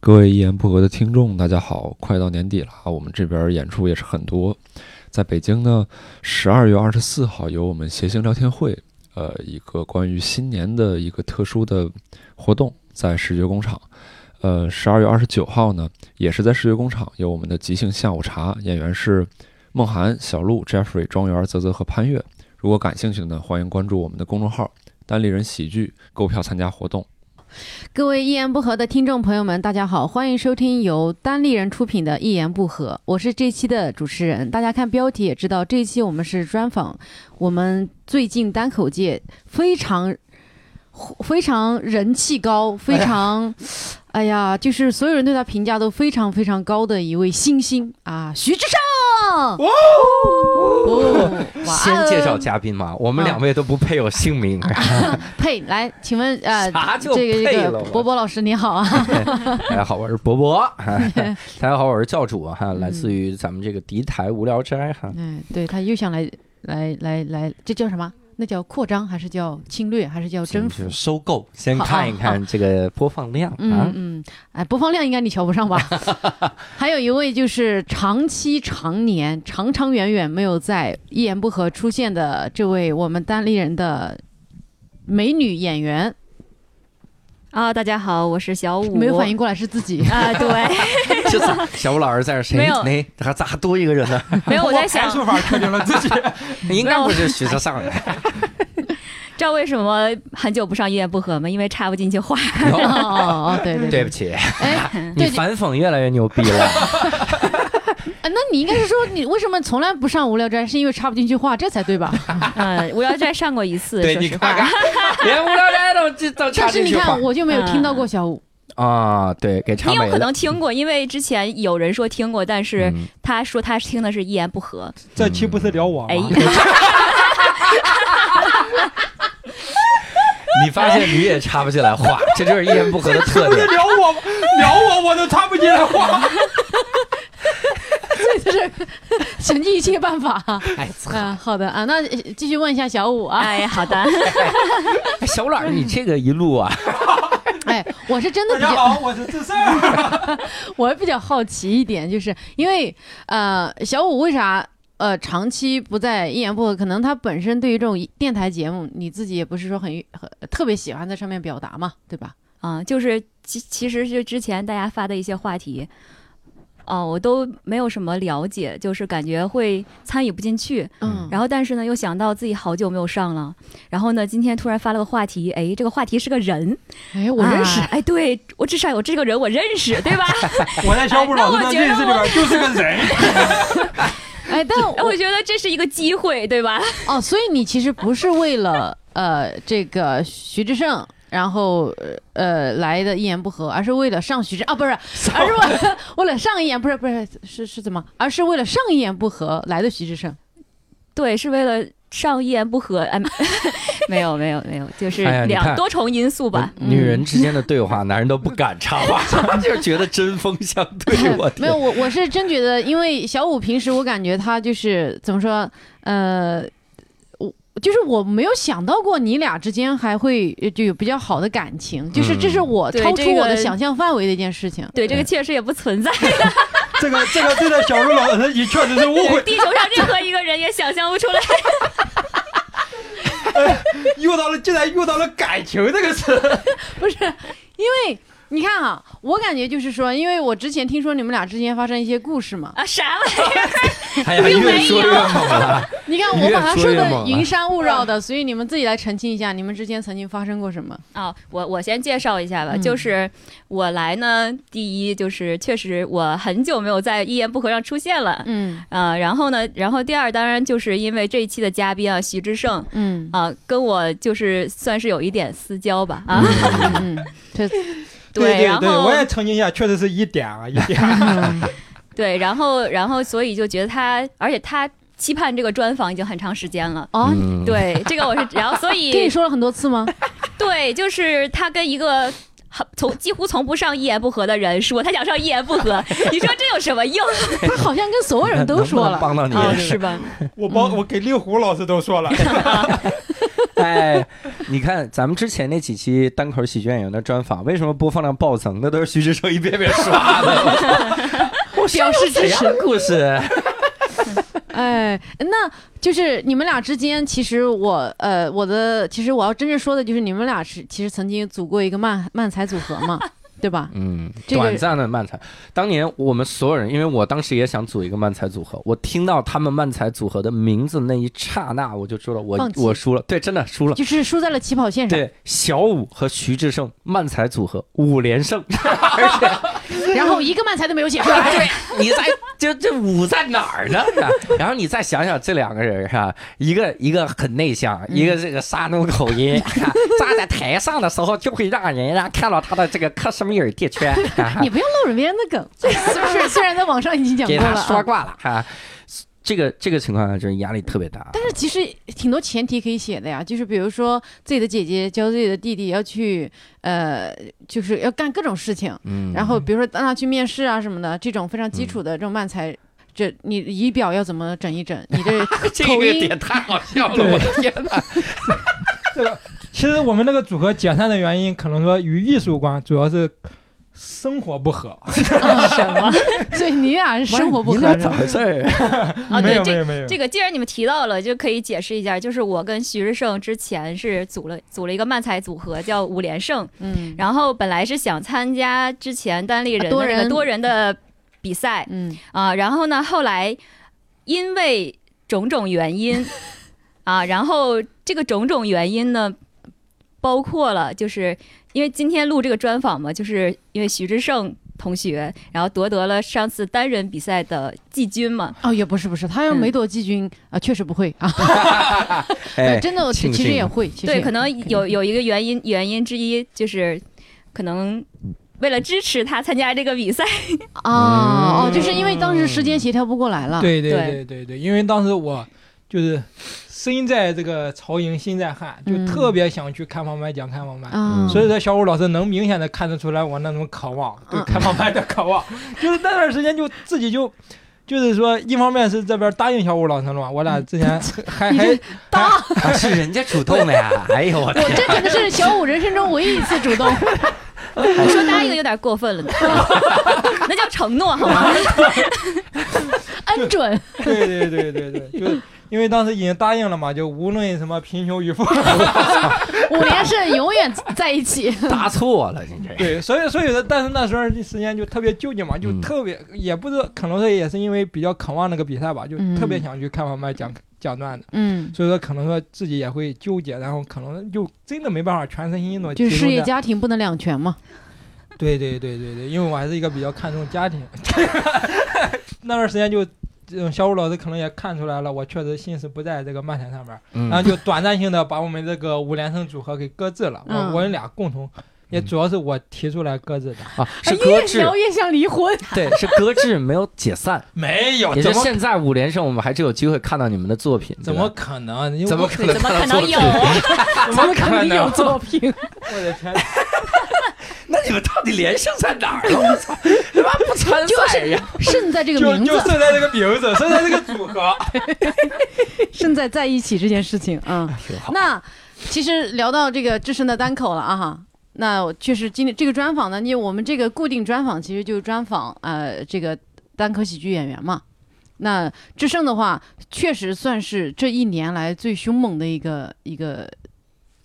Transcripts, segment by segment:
各位一言不合的听众，大家好！快到年底了，我们这边演出也是很多。在北京呢，十二月二十四号有我们谐星聊天会，呃，一个关于新年的一个特殊的活动，在视觉工厂。呃，十二月二十九号呢，也是在视觉工厂有我们的即兴下午茶，演员是梦涵、小鹿、Jeffrey、庄园、泽泽和潘越。如果感兴趣的呢，欢迎关注我们的公众号“单立人喜剧”，购票参加活动。各位一言不合的听众朋友们，大家好，欢迎收听由单立人出品的《一言不合》，我是这期的主持人。大家看标题也知道，这一期我们是专访我们最近单口界非常非常人气高，非常哎呀，就是所有人对他评价都非常非常高的一位新星啊，徐志胜。哦，哇先介绍嘉宾嘛，我们两位都不配有姓名。哎佩来，请问呃，啥这就个这配个了我博博老师你好啊，大家好，我是博博。大家好，我是教主哈，来自于咱们这个敌台无聊斋哈。嗯，对他又想来来来来，这叫什么？那叫扩张，还是叫侵略，还是叫征服先去？收购，先好看一看这个播放量嗯啊。嗯，哎，播放量应该你瞧不上吧？还有一位就是长期、常年、长长远远没有在一言不合出现的这位我们单立人的美女演员，啊，大家好，我是小五。。没有反应过来是自己啊？对，就在小吴老师在这儿谁没有谁还咋还多一个人呢？ 没有我 在 想，说法确定了自己。应该不是徐哲上来。知道为什么很久不上一言不合吗？因为插不进去 话。哦哦哦，对对对对不，起，哎，你对，反讽越来越牛逼了。啊那你应该是说你为什么从来不上无聊斋，是因为插不进去话，这才对吧？嗯，无聊斋上过一次，说实话， 连无聊斋都这都插但是进你去话看，我就没有听到过小五。啊！对，给插你没有可了。能听过，因为之前有人说听过，但是嗯他说他听的是一言不合。这期不是聊我吗？哎，你发现你也插不进来话，这就是一言不合的特不是点。聊我吗，聊我我都插不进来话。 想尽一切办法。哎，操！嗯，好的啊，那呃继续问一下小五啊。哎，好的， 哎 小老师，你这个一路 啊，哎，我是真的大比 家较，好，我是志胜。我比较好奇一点，就是因为呃，小五为啥？呃，长期不在一言不合，可能他本身对于这种电台节目，你自己也不是说很很特别喜欢在上面表达嘛，对吧？啊，就是其其实就之前大家发的一些话题，哦、我都没有什么了解，就是感觉会参与不进去。嗯，然后，但是呢，又想到自己好久没有上了，然后呢，今天突然发了个话题，哎，这个话题是个人，哎，我认识啊，哎，对我至少有这个人我认识，对吧？ 我在小五老哎师的认识里边就是个人。哎，但哎我我觉得这是一个机会，对吧？哦，所以你其实不是为了呃这个徐志胜，然后呃来的一言不合，而是为了上徐志啊，不是，而是为了 为了上一言，不是不是是是怎么？而是为了上一言不合来的徐志胜。对，是为了上一言不合，哎， 没有没有没有，就是哎呀你两、看多重因素吧。女人之间的对话，男人都不敢插 话，就觉得针锋相 对。 我哎没天有，，我我是真觉得，因为小五平时我感觉他就是怎么说，呃，我就是我没有想到过你俩之间还会呃就有比较好的感情，就是这是嗯我对超这出我的个想象范围的一件事情。对，这个确实也不存在，这个这个对待小五老师，你确实是误会。地球上任何一个人也想象不出来。用到了，竟然用到了感情这个词。不是，因为你看 哈、我感觉就是说，因为我之前听说你们俩之间发生一些故事嘛，啊，啥玩意儿？ 哎呀，并没有越说越猛 了。你看你我越把它说说越的猛了云山雾绕 的，所以你们自己来澄清一下，你们之间曾经发生过什么？啊、我我先介绍一下吧，嗯就是我来呢，第一就是确实我很久没有在一言不合上出现了，嗯呃，然后呢，然后第二，当然就是因为这一期的嘉宾啊，徐志胜嗯啊、跟我就是算是有一点私交吧啊，嗯，嗯这对然对对，后我也澄清一下，确实是一点啊一点。 对，然后然后所以就觉得他，而且他期盼这个专访已经很长时间了。哦，嗯，对，这个我是，然后 所跟你以说了很多次吗？对，就是他跟一个很从几乎从不上一言不合的人说他想上一言不合，你说这有什么用啊他好像跟所有人都 能不说能了。帮到你。啊？是吧？ 我帮我给令狐老师都说了，哎，你看咱们之前那几期单口喜剧演员的专访，为什么播放量暴增？那都是徐志胜一遍遍刷 的。我表示支持谁呀故事，哎，那就是你们俩之间，其实我呃，我的其实我要真正说的就是你们俩是其实曾经组过一个漫漫才组合 嘛，对吧？嗯，这个短暂的漫才。当年我们所有人，因为我当时也想组一个漫才组合，我听到他们漫才组合的名字那一刹那，我就知道我放弃我输了，对，真的输了。就是输在了起跑线上，对，小五和徐志胜漫才组合五连胜， 而然后一个漫才都没有写出来。且你在就这五在哪儿呢？是吧然后你再想想这两个人哈，一个一个很内向，嗯一个这个山东口音，哈站在台上的时候就会让人家看到他的这个克什米尔地区，哈 你不要露人别人的梗，这是不 是？虽然在网上已经讲给过他了 刷啊，挂了哈。这个这个情况下就是压力特别大，但是其实挺多前提可以写的呀，就是比如说自己的姐姐教自己的弟弟要去，呃，就是要干各种事情，嗯，然后比如说让他去面试啊什么的，这种非常基础的这种漫才，这你仪表要怎么整一整？你 的 这口个音点太好笑了，我的天哪！其实我们那个组合解散的原因，可能说与艺术无关，主要是生活不合。什么？所以你俩是生活不嗯你合俩是咋吧？回事儿？ 啊，没对有，没这有没有这，个既然你们提到了，就可以解释一下，就是我跟徐志胜之前是组了组了一个漫才组合，叫五连胜。嗯，然后本来是想参加之前单立人的多那人个多人的比赛嗯，啊，然后呢，后来因为种种原因啊，然后这个种种原因呢，包括了就是因为今天录这个专访嘛，就是因为徐志胜同学，然后夺得了上次单人比赛的季军嘛，哦，也不是不是，他要嗯没夺季军啊，确实不会啊， 哎，真的，我其庆其实幸也会，其实对，也可能以有有一个原因，原因之一就是可能为了支持他参加这个比赛，啊，嗯哦，就是因为当时时间协调不过来了，对对对对对对，因为当时我就是身在这个曹营心在汉，就嗯特别想去开放麦讲开放麦。啊，所以说，小五老师能明显的看得出来我那种渴望，对嗯开放麦的渴 望，就是那段时间就自己就，就是说，一方面是这边答应小五老师了嘛，我俩之前还你 还这当啊是人家主动的呀！哎呦我我这可能是小五人生中唯一一次主 动，你说答应有点过分了呢，那叫承诺好吗？ 恩准，对对对对对，就因为当时已经答应了嘛，就无论什么贫穷与富，五连胜永远在一起。答错了，你这 对，所以所以说，但是那时候时间就特别纠结嘛，就嗯特别、也不知道，可能说也是因为比较渴望那个比赛吧，就嗯特别想去开放麦讲、讲段子，嗯，所以说可能说自己也会纠结，然后可能就真的没办法全身心的就是事业家，家庭不能两全嘛。对对对对对，因为我还是一个比较看重家庭， 那段时间就。嗯，小武老师可能也看出来了，我确实心思不在这个漫谈上面，嗯然后就短暂性的把我们这个五连胜组合给搁置了。我嗯我们俩共同，也主要是我提出来搁置的。啊是搁越置，聊越像离婚。对，是搁置没有解散。没有，也怎就么现在五连胜，我们还是有机会看到你们的作品。怎么可能？对吧怎么我可能怎么可看到能作有品？？怎么可能有作 品？我的天，那你们到底连胜在哪儿了？我操，他妈不参赛呀！胜在这个就名就 字，剩在这个名字，剩在这个组合。 胜在在一起这件事情 啊。挺好，那其实聊到这个智深的单口了啊哈。那我确实今天这个专访呢，因为我们这个固定专访其实就是专访呃这个单口喜剧演员嘛。那智胜的话，确实算是这一年来最凶猛的一个一个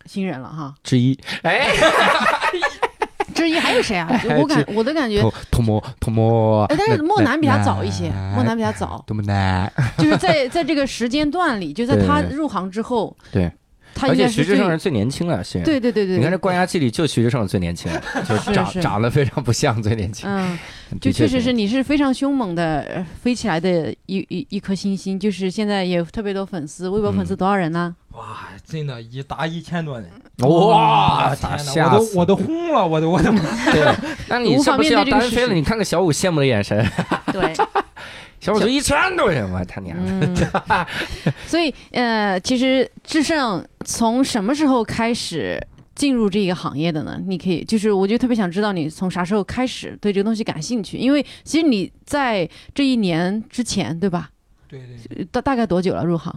新人了哈。之一。哎，之一还有谁啊？我感我的感觉，土摩土摩哎，但是莫南比他早一些，莫南比他早，多么难？ 就是在在这个时间段里，就在他对入行之后，对，他而应且该徐是志最胜是最年轻的，是。对对对对，你看这《对灌，压季》里，就徐志胜最年轻， 就是长是长得非常不像最年轻。嗯，就的确实挺是你是非常凶猛的呃飞起来的一一一颗星星，就是现在也特别多粉丝，微博粉丝嗯多少人呢？哇，真的，一达一千多人，哇，天吓哪，我死都我都轰了，我 都我都。 对，那无你这法不是面要对这个单事飞了？实你看看小五羡慕的眼神， 对，小五就一千多人，我他娘的！ 嗯，所以呃，其实智胜从什么时候开始？进入这个行业的呢？你可以，就是我就特别想知道你从啥时候开始对这个东西感兴趣，因为其实你在这一年之前，对吧？对对，呃大大概多久了入行？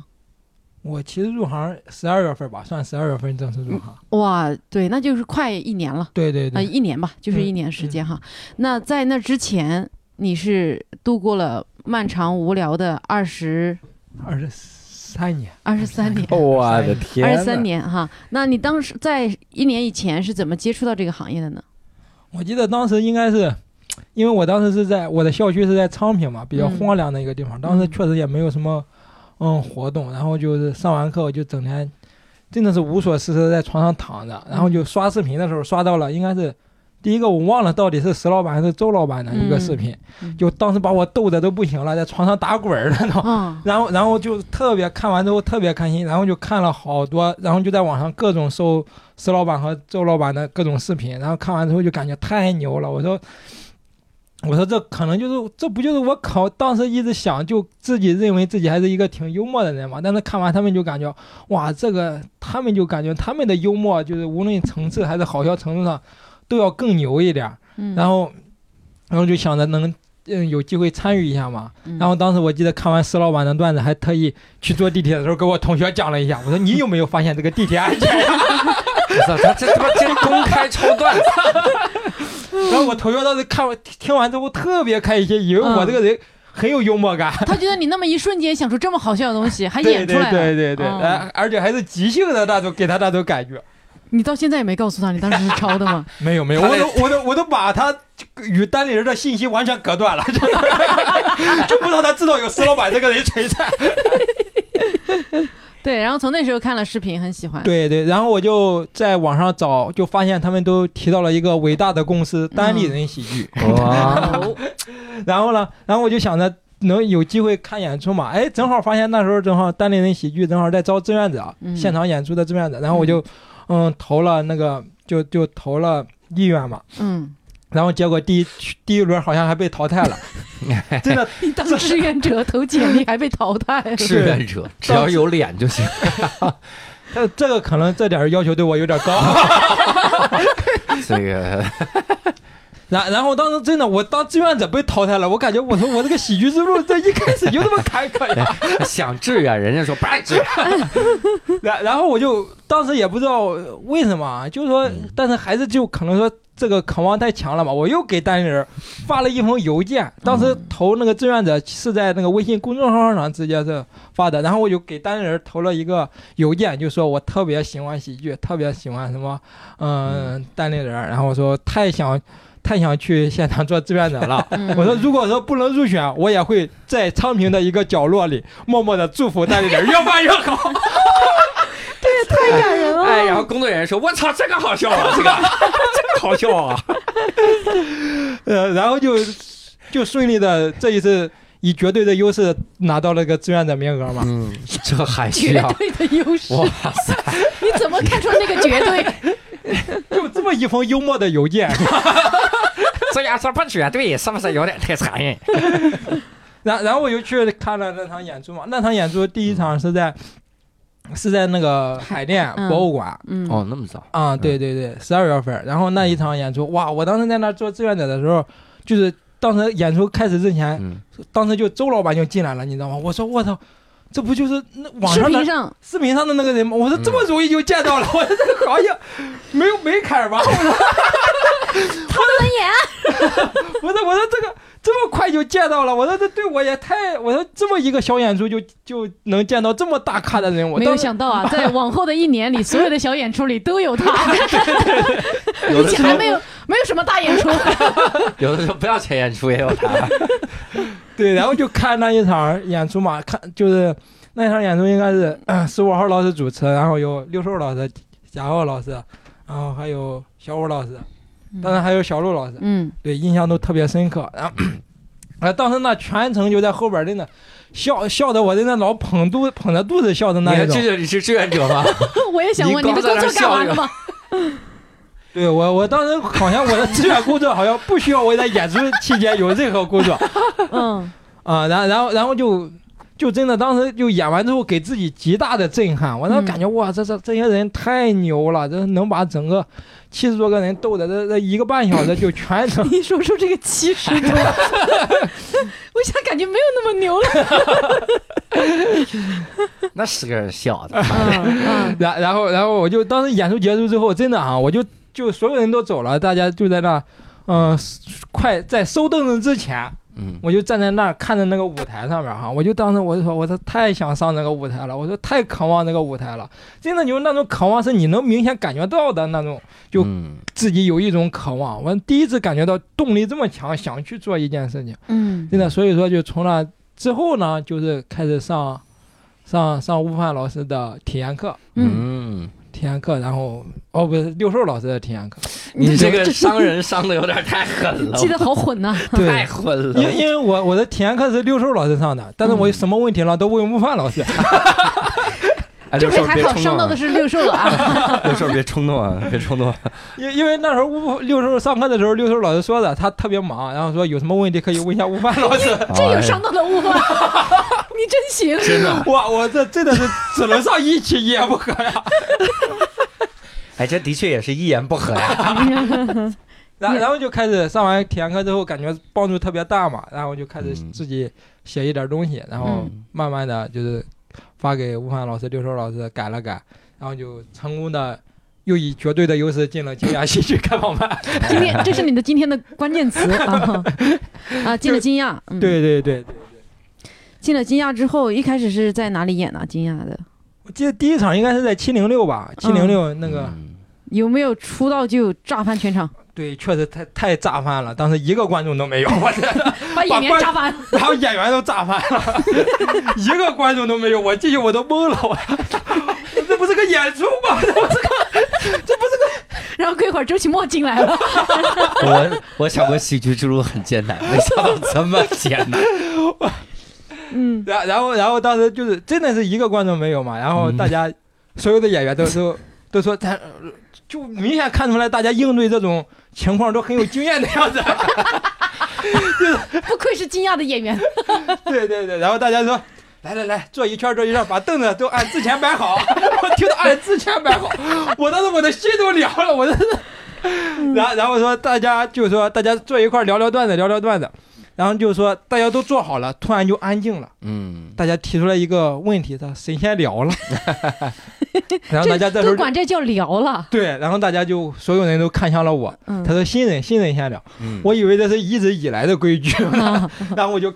我其实入行十二月份吧，算十二月份正式入嗯行。哇，对，那就是快一年了，对对啊、对，一年吧，就是一年时间哈。那在那之前，你是度过了漫长无聊的二十二十三年，二十三 年。我的天二十三年哈，那你当时在一年以前是怎么接触到这个行业的呢？我记得当时应该是，因为我当时是在我的校区是在昌平嘛，比较嗯荒凉的一个地方，当时确实也没有什么嗯活动，然后就是上完课我就整天真的是无所事事地在床上躺着，然后就刷视频的时候刷到了，应该是第一个我忘了到底是石老板还是周老板的一个视频，嗯嗯就当时把我逗得都不行了，在床上打滚儿了都。啊、 然后，然后就特别看完之后特别开心，然后就看了好多，然后就在网上各种搜石老板和周老板的各种视频，然后看完之后就感觉太牛了。我说，我说这可能就是这不就是我考当时一直想就自己认为自己还是一个挺幽默的人嘛，但是看完他们就感觉哇，这个他们就感觉他们的幽默就是无论层次还是好笑程度上都要更牛一点儿。嗯，然后，然后就想着能嗯有机会参与一下嘛。嗯然后当时我记得看完石老板的段子，还特意去坐地铁的时候给我同学讲了一下。我说你有没有发现这个地铁 安全？我操，他这他妈这公开抽段子， 然后我同学当时看完听完之后特别开心，以为我这个人很有幽默感。他觉得你那么一瞬间想出这么好笑的东 西，还对演出对来了，对对啊对，哦而而且还是即兴的那种，给他那种感觉。你到现在也没告诉他你当时是抄的吗？ 没有没有，我都我都我都把他与单立人的信息完全隔断了， 真的就不让他知道有石老板这个人存在。对，然后从那时候看了视频，很喜欢。 对对，然后我就在网上找，就发现他们都提到了一个伟大的公司——单立人喜剧。嗯哇，哦，然后呢，然后我就想着能有机会看演出嘛，哎，正好发现那时候正好单立人喜剧正好在招志愿者，嗯现场演出的志愿者，然后我就嗯投了那个就就投了意愿嘛，嗯，然后结果第一第一轮好像还被淘汰了，真的 你当志愿者投简历还被淘汰，志愿者只要有脸就行，这这个可能这点儿要求对我有点高。啊这个 然然后当时真的我当志愿者被淘汰了，我感觉我说我这个喜剧之路这一开始就这么坎坷呀。想志愿，人家说不爱志愿，然然后我就当时也不知道为什么啊，就是说嗯，但是还是就可能说这个渴望太强了吧，我又给单立人发了一封邮件，当时投那个志愿者是在那个微信公众号上直接是发的，然后我就给单立人投了一个邮件，就说我特别喜欢喜剧，特别喜欢什么，嗯，单立人，然后我说太想太想去现场做志愿者了， 嗯我说，如果说不能入选，我也会在昌平的一个角落里默默的祝福单立人越办越 好。太感人了。哎，然后工作人员说，我操，这个好笑啊，这个这个好笑啊，呃，然后就就顺利的这一次以绝对的优势拿到了个志愿者名额 嘛。嗯，这还需绝要。对的优势， 哇塞！你怎么看出那个绝对？就这么一封幽默的邮件， 这样说不绝对，是不是有点太残忍？然然后我又去看了那场演出嘛。那场演出第一场是在、是在那个海淀嗯博物馆。 嗯，哦，那么早，啊，对对对，十二月份儿，然后那一场演出，哇！我当时在那儿做志愿者的时候，就是当时演出开始之前，嗯，当时就周老板就进来了，你知道吗？我说我操，这不就是那网视上的频上，视频上的那个人吗？我说嗯这么容易就见到嗯了，我说这个行业没有门槛儿吧？我说 啊 我说我说这个这么快就见到了，我说这对我也太，我说这么一个小演出就就能见到这么大咖的人，我没有当时想到啊， 在往后的一年里，所有的小演出里都有他，有而的且时还候哎没有没有什么大演 出。有的时候不要钱演出也有他，对，然后就看那一场演出嘛，看就是那一场演出应该是呃十五、15号老师主持，然后有六兽老师、贾浩老师，然后还有小五老师，当然还有小陆老师，嗯，对，印象都特别深刻。然后，啊，当时那全程就在后边儿真的笑笑的，我真的老捧肚捧着肚子笑的你那一看种这。就是你是志愿者吗？我也想问你你的光在工作那干嘛笑了着吗？对我，我当时好像我的志愿工作好像不需要我在演出期间有任何工作，嗯，。啊，然后然后然后就就真的当时就演完之后给自己极大的震撼，我当嗯时感觉、哇，这这这些人太牛了，这能把整个七十多个人逗的，这这一个半小时就全程嗯你说 出这个七十多，我想感觉没有那么牛了。那是个小子，嗯然然后然后我就当时演出结束之后，真的啊，我就就所有人都走了，大家就在那，嗯、快在收凳子之前，嗯，我就站在那儿看着那个舞台上面哈，我就当时我就说，我说太想上那个舞台了，我说太渴望那个舞台了，真的就是那种渴望是你能明显感觉到的那种，就嗯自己有一种渴望，我第一次感觉到动力这么强，想去做一件事情，嗯真的，所以说就从那之后呢，就是开始上上上悟饭老师的体验课，嗯，嗯，体验课，然后哦不是六兽老师的体验 课，你这个伤人伤的有点太狠 了，记得好混呐，太，混了因，因为我我的体验课是六兽老师上的，但是我有什么问题了都问悟饭老 师。哎这刘回寿还别好，冲伤动到的啊，是六兽了啊。刘寿别冲动啊，别冲动啊，因因为那时候悟六兽上课的时候，六兽老师说的，他特别忙，然后说有什么问题可以问一下悟饭老师。这有哎伤到的物吗？ 你真行，真的， 哇，我这真的是只能上一期一言不合呀。哎，这的确也是一言不合呀，然后然后就开始上完体验课之后，感觉帮助特别大嘛，然后就开始嗯自己写一点东西，然后嗯慢慢的就是发给悟饭老师、六兽老师改了改，然后就成功的又以绝对的优势进了惊讶戏剧开放班。 今天这是你的今天的关键词啊啊！进了惊讶，嗯，对对对，对进了惊讶之后，一开始是在哪里演啊？惊讶的我记得第一场应该是在七零六吧，七零六那个。嗯有没有出道就炸翻全场，对，确实太太炸翻了，当时一个观众都没有，我这，把演员炸翻？然后演员都炸翻了，一个观众都没有，我进去我都懵了，我 这不是个演出吗？然后过一会儿周奇墨进来 了，我我想过喜剧之路很艰难，没想到这么艰 难，嗯，然然后然后当时就是真的是一个观众没有嘛，然后大家、所有的演员都都都说他，就明显看出来大家应对这种情况都很有经验的样子。 不愧是惊讶的演员，对对对，然后大家说。来来来，坐一圈儿坐一圈儿，把凳子都按之前摆好。 我听到按之前摆好，我当时我的心都凉了，我真的。 然后然后说大家就说大家坐一块儿聊聊段子，聊聊段子。然后就说大家都坐好了，突然就安静了。嗯，大家提出来一个问题，他谁先聊 了？然后大家这时都候管这叫聊了，对，然后大家就所有人都看向了我。嗯他，说新人新人先聊，嗯我以为这是一直以来的 规矩， 啊然后我就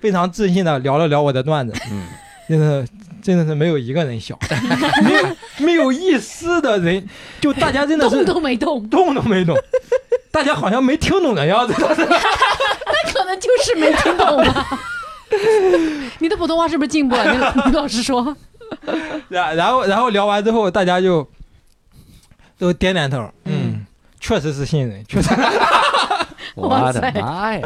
非常自信的聊了聊我的段子。嗯真的真的是没有一个人 笑，没有没有一丝的人，就大家真的动是都没动，动都没动，大家好像没听懂的样子。那可能就是没听懂 吧。你的普通话是不是进步了？你老你老实说，然然后然后聊完之后，大家就都点点头，嗯，确实是新人，确实。我的哇塞妈呀，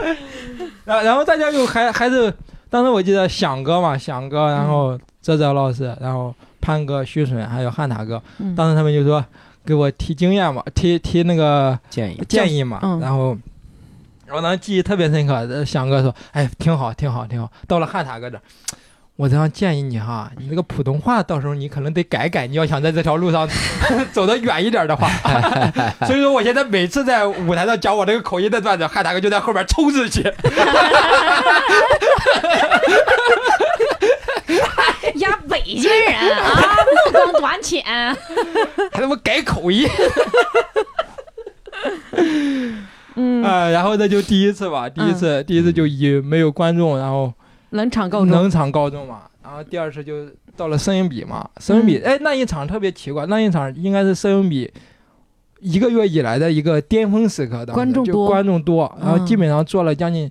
然后然后大家就还还是当时我记得响哥嘛，响哥，然后泽泽老师，然后潘哥、徐顺还有汉塔哥，嗯当时他们就说给我提经验嘛，提提那个。建议建议嘛，嗯然后。然后当时记忆特别深刻，呃响哥说：“哎，挺好，挺好，挺好。”到了汉塔哥这儿，我这样建议你哈，你这个普通话到时候你可能得改改，你要想在这条路上 走得远一点 的话。所以说，我现在每次在舞台上讲我这个口音的段子，汉塔哥就在后边抽自己。 压北京人 啊，目光短浅。还他妈改口音，嗯呃，然后这就第一次吧，第一次，第一次就以没有观众，然后冷场告终。冷场告终嘛。然后第二次就到了声音比嘛，声音比，嗯哎，那一场特别奇怪，那一场应该是声音比一个月以来的一个巅峰时刻，当时观众就多观众多，然后嗯基本上做了将近。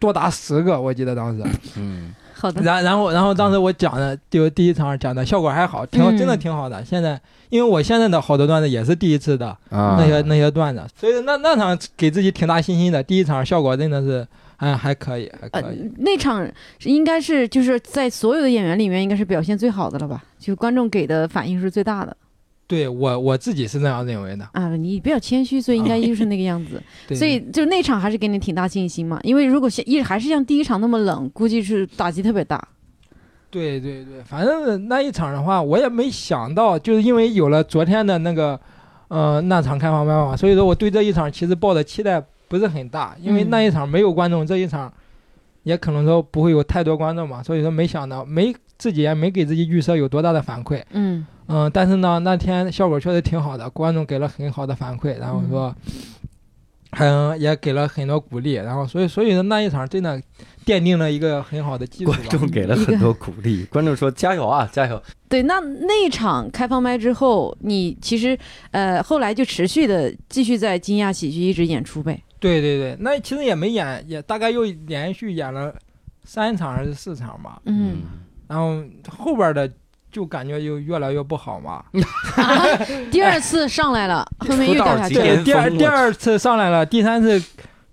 多达十个，我记得 当时，嗯。好的，然然后然后当时我讲的就第一场讲的效果还好，挺好，嗯真的挺好的。现在因为我现在的好多段子也是第一次的，啊那些那些段子，所以那那场给自己挺大信心的。第一场效果真的是，嗯，还可以，还呃可以。，那场是应该是就是在所有的演员里面，应该是表现最好的了吧？就观众给的反应是最大的对我我自己是那样认为的。啊！你比较谦虚，所以应该就是那个样子。啊 对所以就那场还是给你挺大信心嘛，因为如果像一还是像第一场那么冷，估计是打击特别大。对对对，反正那一场的话，我也没想到，就是因为有了昨天的那个，呃，那场开放麦嘛，所以说我对这一场其实抱的期待不是很大，因为嗯那一场没有观众，这一场也可能说不会有太多观众嘛，所以说没想到，没自己也没给自己预设有多大的反馈，嗯嗯，但是呢，那天效果确实挺好的，观众给了很好的反馈，然后说，嗯，也给了很多鼓励，然后所以所以呢，那一场真的奠定了一个很好的基础吧。观众给了很多鼓励，观众说加油啊，加油！对，那那一场开放麦之后，你其实呃后来就持续的继续在惊讶喜剧一直演出呗。对对对，那其实也没演，也大概又连续演了三场还是四场吧，嗯，然后后边的就感觉又越来越不好嘛。嗯 第二次上来了，后面又掉下去出道 了。对，巅峰第二我第二次上来了，第三次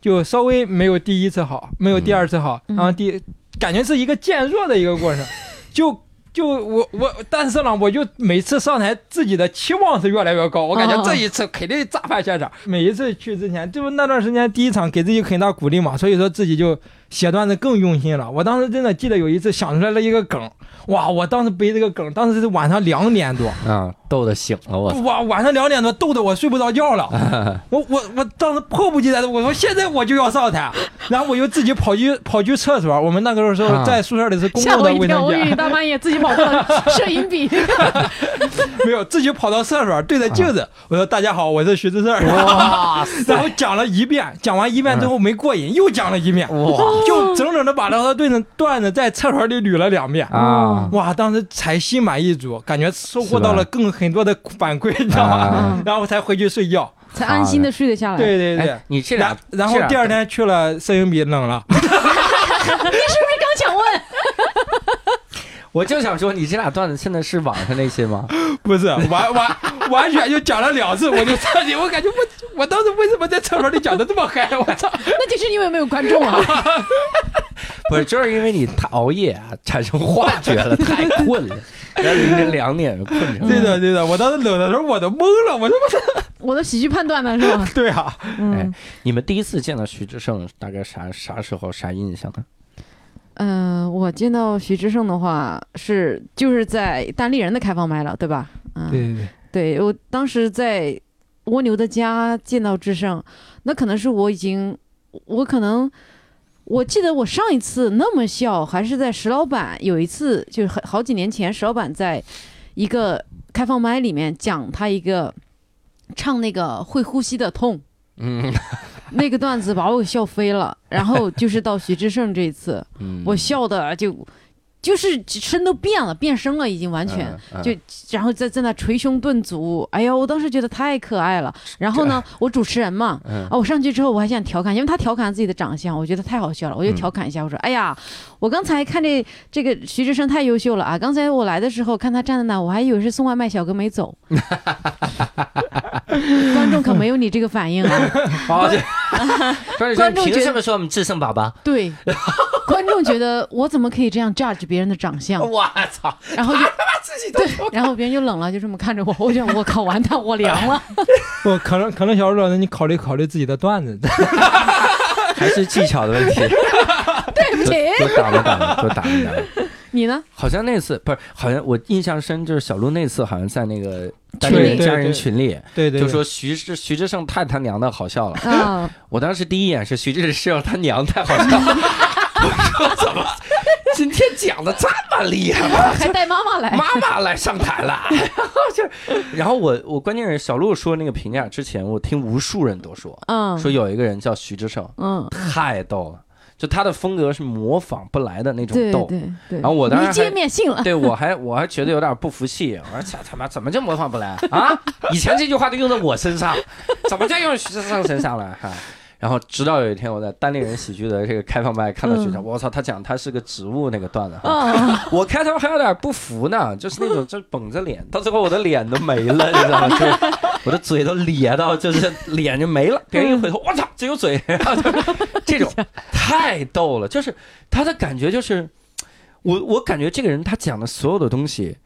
就稍微没有第一次好，没有第二次好，嗯然后第感觉是一个渐弱的一个过程，就。就我我，但是呢，我就每次上台自己的期望是越来越高，我感觉哦这一次肯定炸翻现场。每一次去之前，就是那段时间第一场给自己很大鼓励嘛，所以说自己就写段子更用心了。我当时真的记得有一次想出来了一个梗，哇！我当时背这个梗，当时是晚上两点多，啊，逗的醒了我。哇，晚上两点多，逗得我睡不 着觉了。我我我当时迫不及待的，我说现在我就要上台，然后我就自己跑去跑去厕所。我们那个时候啊在宿舍里是公吓共我的一卫跳！生我以为间，大半夜自己跑 到摄影笔。没有自己跑到厕所对着镜子，我说大家好，我是徐志胜。啊 哇嗯然后讲了一遍，讲完一遍之后没过瘾，又讲了一遍，哇就整整的把那个段子段子在厕所里捋了两遍。啊！哇，当时才心满意足，感觉收获是吧到了更很多的反馈，你知道啊 吗？然后才回去睡觉。才安心的睡得下来。嗯对对对。哎，你这俩然，然后这俩第二天去了摄影笔冷 了，刚想问，我就想说，你这俩段子现在是网上那些 吗？不是完完完全就讲了两次，我 就彻底，我感觉我我当时为什么在厕所里讲的这么嗨？我操！那就是因为没有观众啊。不是，就是因为你太熬夜啊，产生幻觉了，太困 了，然后凌晨两点困着了。对的对的，我当时冷的时候我都懵了，我他妈我的喜剧判断呢，是吧？对啊，嗯哎你们第一次见到徐志胜大概啥啥时候啥印象呢？嗯、呃我见到徐志胜的话是就是在单立人的开放麦了，对吧？嗯，对对对我当时在蜗牛的家见到志胜，那可能是我已经，我可能我记得我上一次那么笑还是在石老板有一次，就是很好几年前，石老板在一个开放麦里面讲他一个唱那个会呼吸的痛。嗯那个段子把我给笑飞了，然后就是到徐志胜这一次，嗯我笑的就就是身都变了，变声了，已经完全。嗯就然后在在那捶胸顿足，哎呀，我当时觉得太可爱了。然后 呢，我主持人嘛，嗯啊，我上去之后我还想调侃，因为他调侃自己的长相，我觉得太好笑嗯了，我就调侃一下，我说，哎呀，我刚才看这这个徐志胜太优秀了啊，刚才我来的时候看他站在那，我还以为是送外卖小哥没 走。观众可没有你这个反应啊，好， 这观观众众觉得凭什么说我们志胜爸爸？对，观众觉得我怎么可以这样 judge 别人的长相，我操！然后就对，然后别人就冷了，就这么看着我，我想我靠，完 蛋，我凉了。我可能可能小老师，你考虑考虑自己的段 子， 还是技巧的问 题，对不起，多打磨打磨，多打磨打磨。 你呢？好像那次不是，好像我印象深就是小鹿那次，好像在那个单群里人家人群里，对对，对就说徐志徐志胜太他娘的好笑了。啊，我当时第一眼是徐志胜他娘太好笑了，我说怎么 今天讲的这么厉害 吗？还带妈妈来，妈妈来上台 了，然后就，然后我我关键是小鹿说那个评价之前，我听无数人都说，嗯，说有一个人叫徐志胜，嗯，太逗了，就他的风格是模仿不来的那种对逗。对对。然后我当时没见还面信了，对我还我还觉得有点不服气，我说这他妈怎么就模仿不来 啊？以前这句话都用在我身上，怎么就用徐志胜身上了哈、然后直到有一天我在单立人喜剧的这个开放麦看到徐志啊胜，我操，他讲他是个植物那个段子哈，嗯，我开头还有点不服呢，就是那种就是绷着脸，到最后我的脸都没了，你知道吗？就是我的嘴都咧到，就是脸就没了。别人一回头，我操，只有嘴， 然后就是这种太逗了。就是他的感觉就是，我我感觉这个人他讲的所有的东西。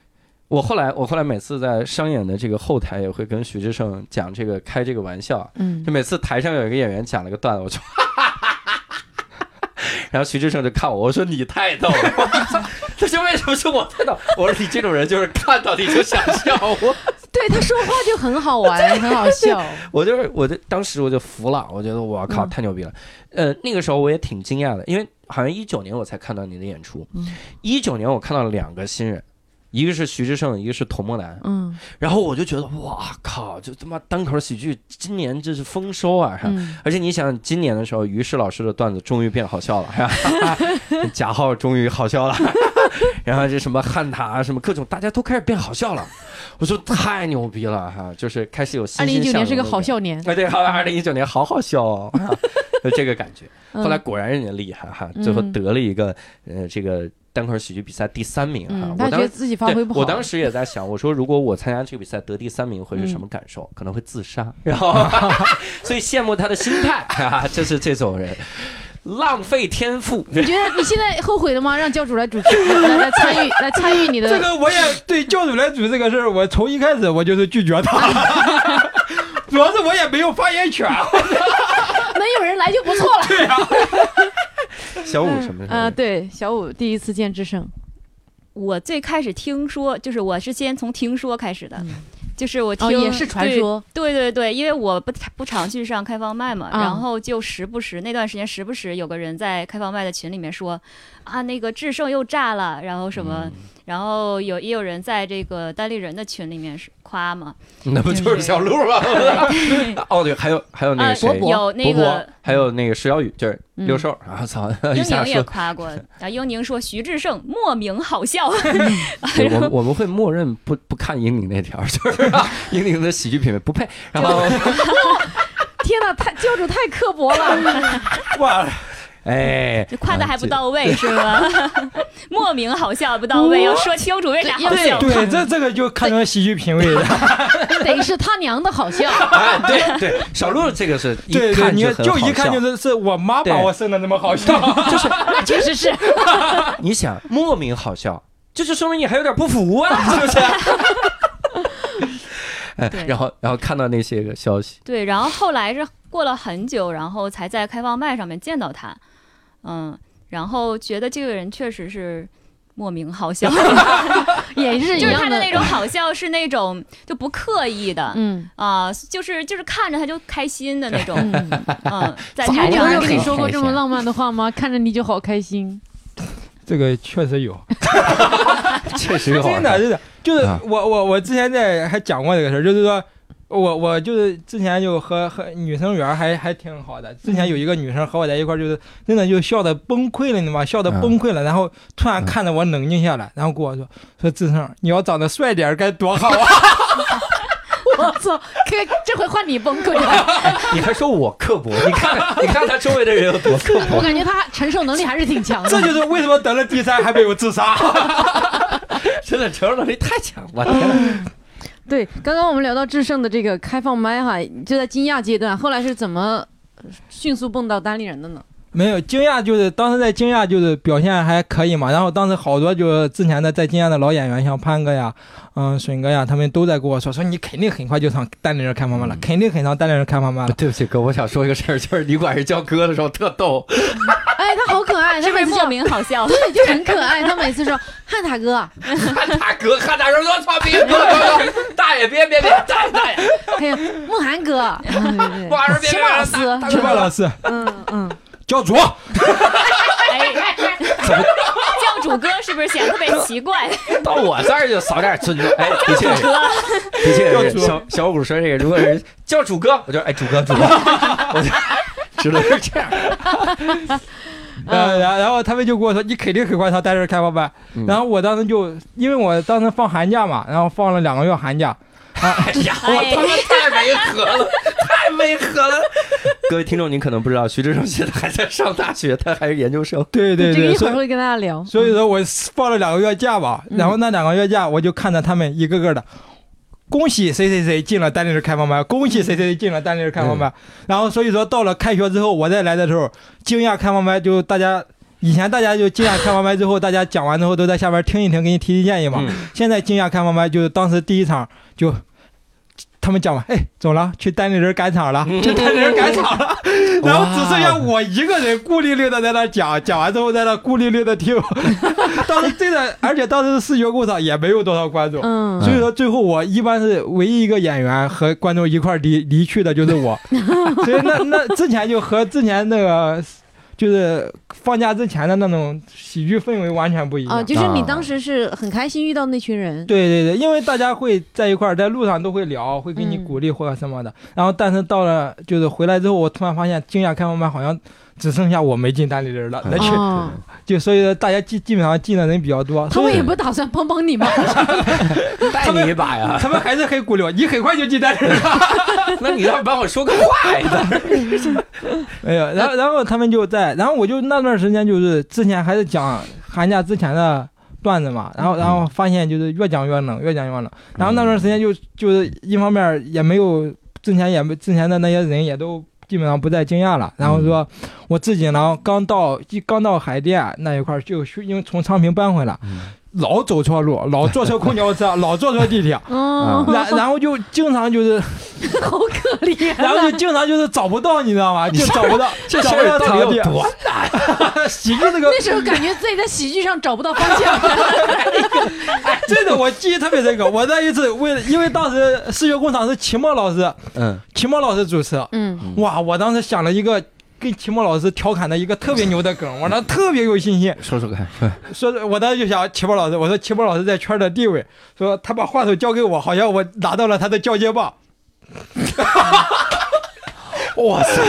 我后来，我后来每次在商演的这个后台也会跟徐志胜讲这个开这个玩笑，嗯就每次台上有一个演员讲了个段子，我就，然后徐志胜就看我，我说你太逗了，我操他说为什么说我太逗？我说你这种人就是看到你就想笑我，对，对他说话就很好玩，很好笑。 我就是我就当时我就服了，我觉得我靠嗯太牛逼了。呃，那个时候我也挺惊讶的，因为好像一九年我才看到你的演出嗯，一九、年我看到了两个新人。一个是徐志胜，一个是童梦楠，嗯然后我就觉得哇靠，就他妈单口喜剧今年这是丰收啊！哈嗯，而且你想，今年的时候，于适老师的段子终于变好笑了， 哈哈哈贾浩终于好笑了， 然后这什么汉塔什么各种，大家都开始变好笑了。我说太牛逼了哈，就是开始有新二零一九年是个好笑。笑年。哎，对，好， 二零一九年好好笑哦， 哈就这个感觉。嗯后来果然人家厉害哈，最后嗯得了一个呃这个单口喜剧比赛第三名哈。嗯，啊我他觉当得时自己发挥对不，好。我当时也在想，我说如果我参加这个比赛得第三名会是什么感受？可能会自杀，然后 所以羡慕他的心态 啊，这是这种人浪费天赋。你觉得你现在后悔了吗？让教主来主持， 来来参与，来参与你 的。这个我也对教主来主这个事儿，我从一开始我就是拒绝他， 主要是我也没有发言权。能有人来就不错了。对呀、小五什么什嗯、么呃，？对，小五第一次见智胜，我最开始听说，就是我是先从听说开始的，嗯就是我听、哦，也是传说，对。对对对，因为我不不常去上开放麦嘛，啊然后就时不时那段时间时不时有个人在开放麦的群里面说，啊那个智胜又炸了，然后什么，然后有也有人在这个单立人的群里面是夸嘛，那不就是小鹿吗？哦，对，还有还有那啊个谁，有那伯伯个。还有那个石小雨，就是嗯六兽啊，操！一英下宁也说，夸过，啊，英宁说徐志胜莫名好笑， 对我们我们会默认不不看英宁那条， 就是啊英宁的喜剧品味不配。然后，天哪，太教主太刻薄 了。哇，哎，就夸的还不啊到位是吗？ 莫名好笑不到位，要说清楚为啥哦好对笑。对，这这个就看出喜剧品味了。得是他娘的好笑， 哎，对对，小鹿这个是一对对，看你很就好一看笑就是是我妈把对我生的那么好笑。就是那确实是。你想莫名好笑，这就说明你还有点不服啊， 是不是？哎对，然后然后看到那些个消 息，对，然后后来是过了很久，然后才在开放麦上面见到他，嗯，然后觉得这个人确实是莫名 好笑，也是一就是他样的那种好笑是那种就不刻意的嗯啊、就是就是看着他就开心的那种，嗯，嗯，在小台五上有那跟你种说过这么浪漫的话吗？看着你就好开心。 这个确实有，确实有好 真的真的，就是啊我我我之前在还讲过这个事儿，就是说。我我就是之前就和和女生缘还还挺好的，之嗯前有一个女生和我在一块儿，就是真的就笑的崩溃了，你知道吗？笑的嗯崩溃了，然后突然嗯看着我冷静下来，然后跟我说说志胜，你要长得帅点儿该多好啊！ 我操，可这回换你崩溃 了。你还说我刻 薄？你看你看他周围的人有多刻我薄？感觉他承受能力还是挺强的。这就是为什么得了第三还被我自杀。真的承受能力太强 了，天哪嗯对，刚刚我们聊到智胜的这个开放麦哈，就在惊讶阶段，后来是怎么迅速蹦到单立人的呢？没有惊讶，就是当时在惊讶，就是表现还可以嘛。然后当时好多就是之前的在惊讶的老演员，像潘哥呀、嗯笋哥呀，他们都在跟我说，说你肯定很快就上单立人开放麦了，肯定很上单立人开放麦了。 对不起哥，我想说一个事儿，就是你管人叫哥的时候特 逗，哎，他好可爱，他是不每是次莫叫名 好笑？对，就很可爱。他每次说汉塔哥，看他哥，看他说我操，别别别，大爷别别别，大爷大爷，还有慕寒哥，嗯 对对我说别起别码老别，师，去吧，老师，嗯嗯，教主，哎，教主哥是不是显得特别奇怪？嗯到我这儿就少点尊重。哎，的确是，的确是。小小五说这个，如果是叫主哥，我就哎主哥主哥，我就只能是这样。呃，然然后他们就跟我说，你肯定很快上单立人开放麦。嗯然后我当时就，因为我当时放寒假嘛，然后放了两个月寒假，哎呀，我他妈太违和了，太违和了。各位听众，您可能不知道，徐志胜现在还在上大学，他还是研究生。对对这个对，一会所儿以会跟大家聊。所以说我放了两个月假吧，嗯然后那两个月假我就看着他们一个个的，恭喜谁谁谁进了单立人开放麦，恭喜谁谁谁进了单立人开放麦。然后所以说到了开学之后，我再来的时候，惊讶开放麦就大家以前大家就惊讶开放麦之后，大家讲完之后都在下边听一听，给你提提建议嘛。嗯现在惊讶开放麦就是当时第一场就。他们讲完，哎，走了，去单立人赶场了，去单立人赶场了，然后只剩下我一个人孤零零的在那讲，讲完之后在那孤零零的听， 当时真的，而且当时视觉工厂也没有多少观众，嗯所以说最后我一般是唯一一个演员和观众一块儿离离去的就是我，所以那那之前就和之前那个就是放假之前的那种喜剧氛围完全不一样。啊，就是你当时是很开心遇到那群人，对对对，因为大家会在一块儿，在路上都会聊，会给你嗯鼓励或者什么的。然后，但是到了就是回来之后，我突然发现惊讶开放麦好像只剩下我没进单立人了，那对去哦就所以说大家基基本上进的人比较多，他所们以也不打算帮帮 你吗？带你一把呀！他们还是很鼓励我，你很快就进单立人了。那你倒帮我说个话呀！没有，哎然后然后他们就在，然后我就那段时间就是之前还是讲寒假之前的段子嘛，然后然后发现就是越讲越冷，越讲越冷，然后那段时间就就是一方面也没有之前也没之前的那些人也都。基本上不再惊讶了，然后说我自己呢，刚到一刚到海淀那一块儿，就去因为从昌平搬回来，嗯老走错路，老坐车公交车， 老坐错地铁，哦，然然后就经常就是，好可怜。啊然后就经常就是找不到，你知道吗？就找不到，这找事不儿到到底场地有，多难？啊 喜剧这个那时候感觉自己在喜剧上找不到方 向，真的，我记忆特别深刻。我那一次为了，因为当时视觉工厂是秦墨老师，嗯，秦墨老师主持， 嗯，哇，我当时想了一个。跟秦墨老师调侃的一个特别牛的梗，我当时特别有信心，说说看，说我当时就想秦墨老师，我说秦墨老师在圈儿的地位，说他把话筒交给我，好像我拿到了他的交接棒，哇塞！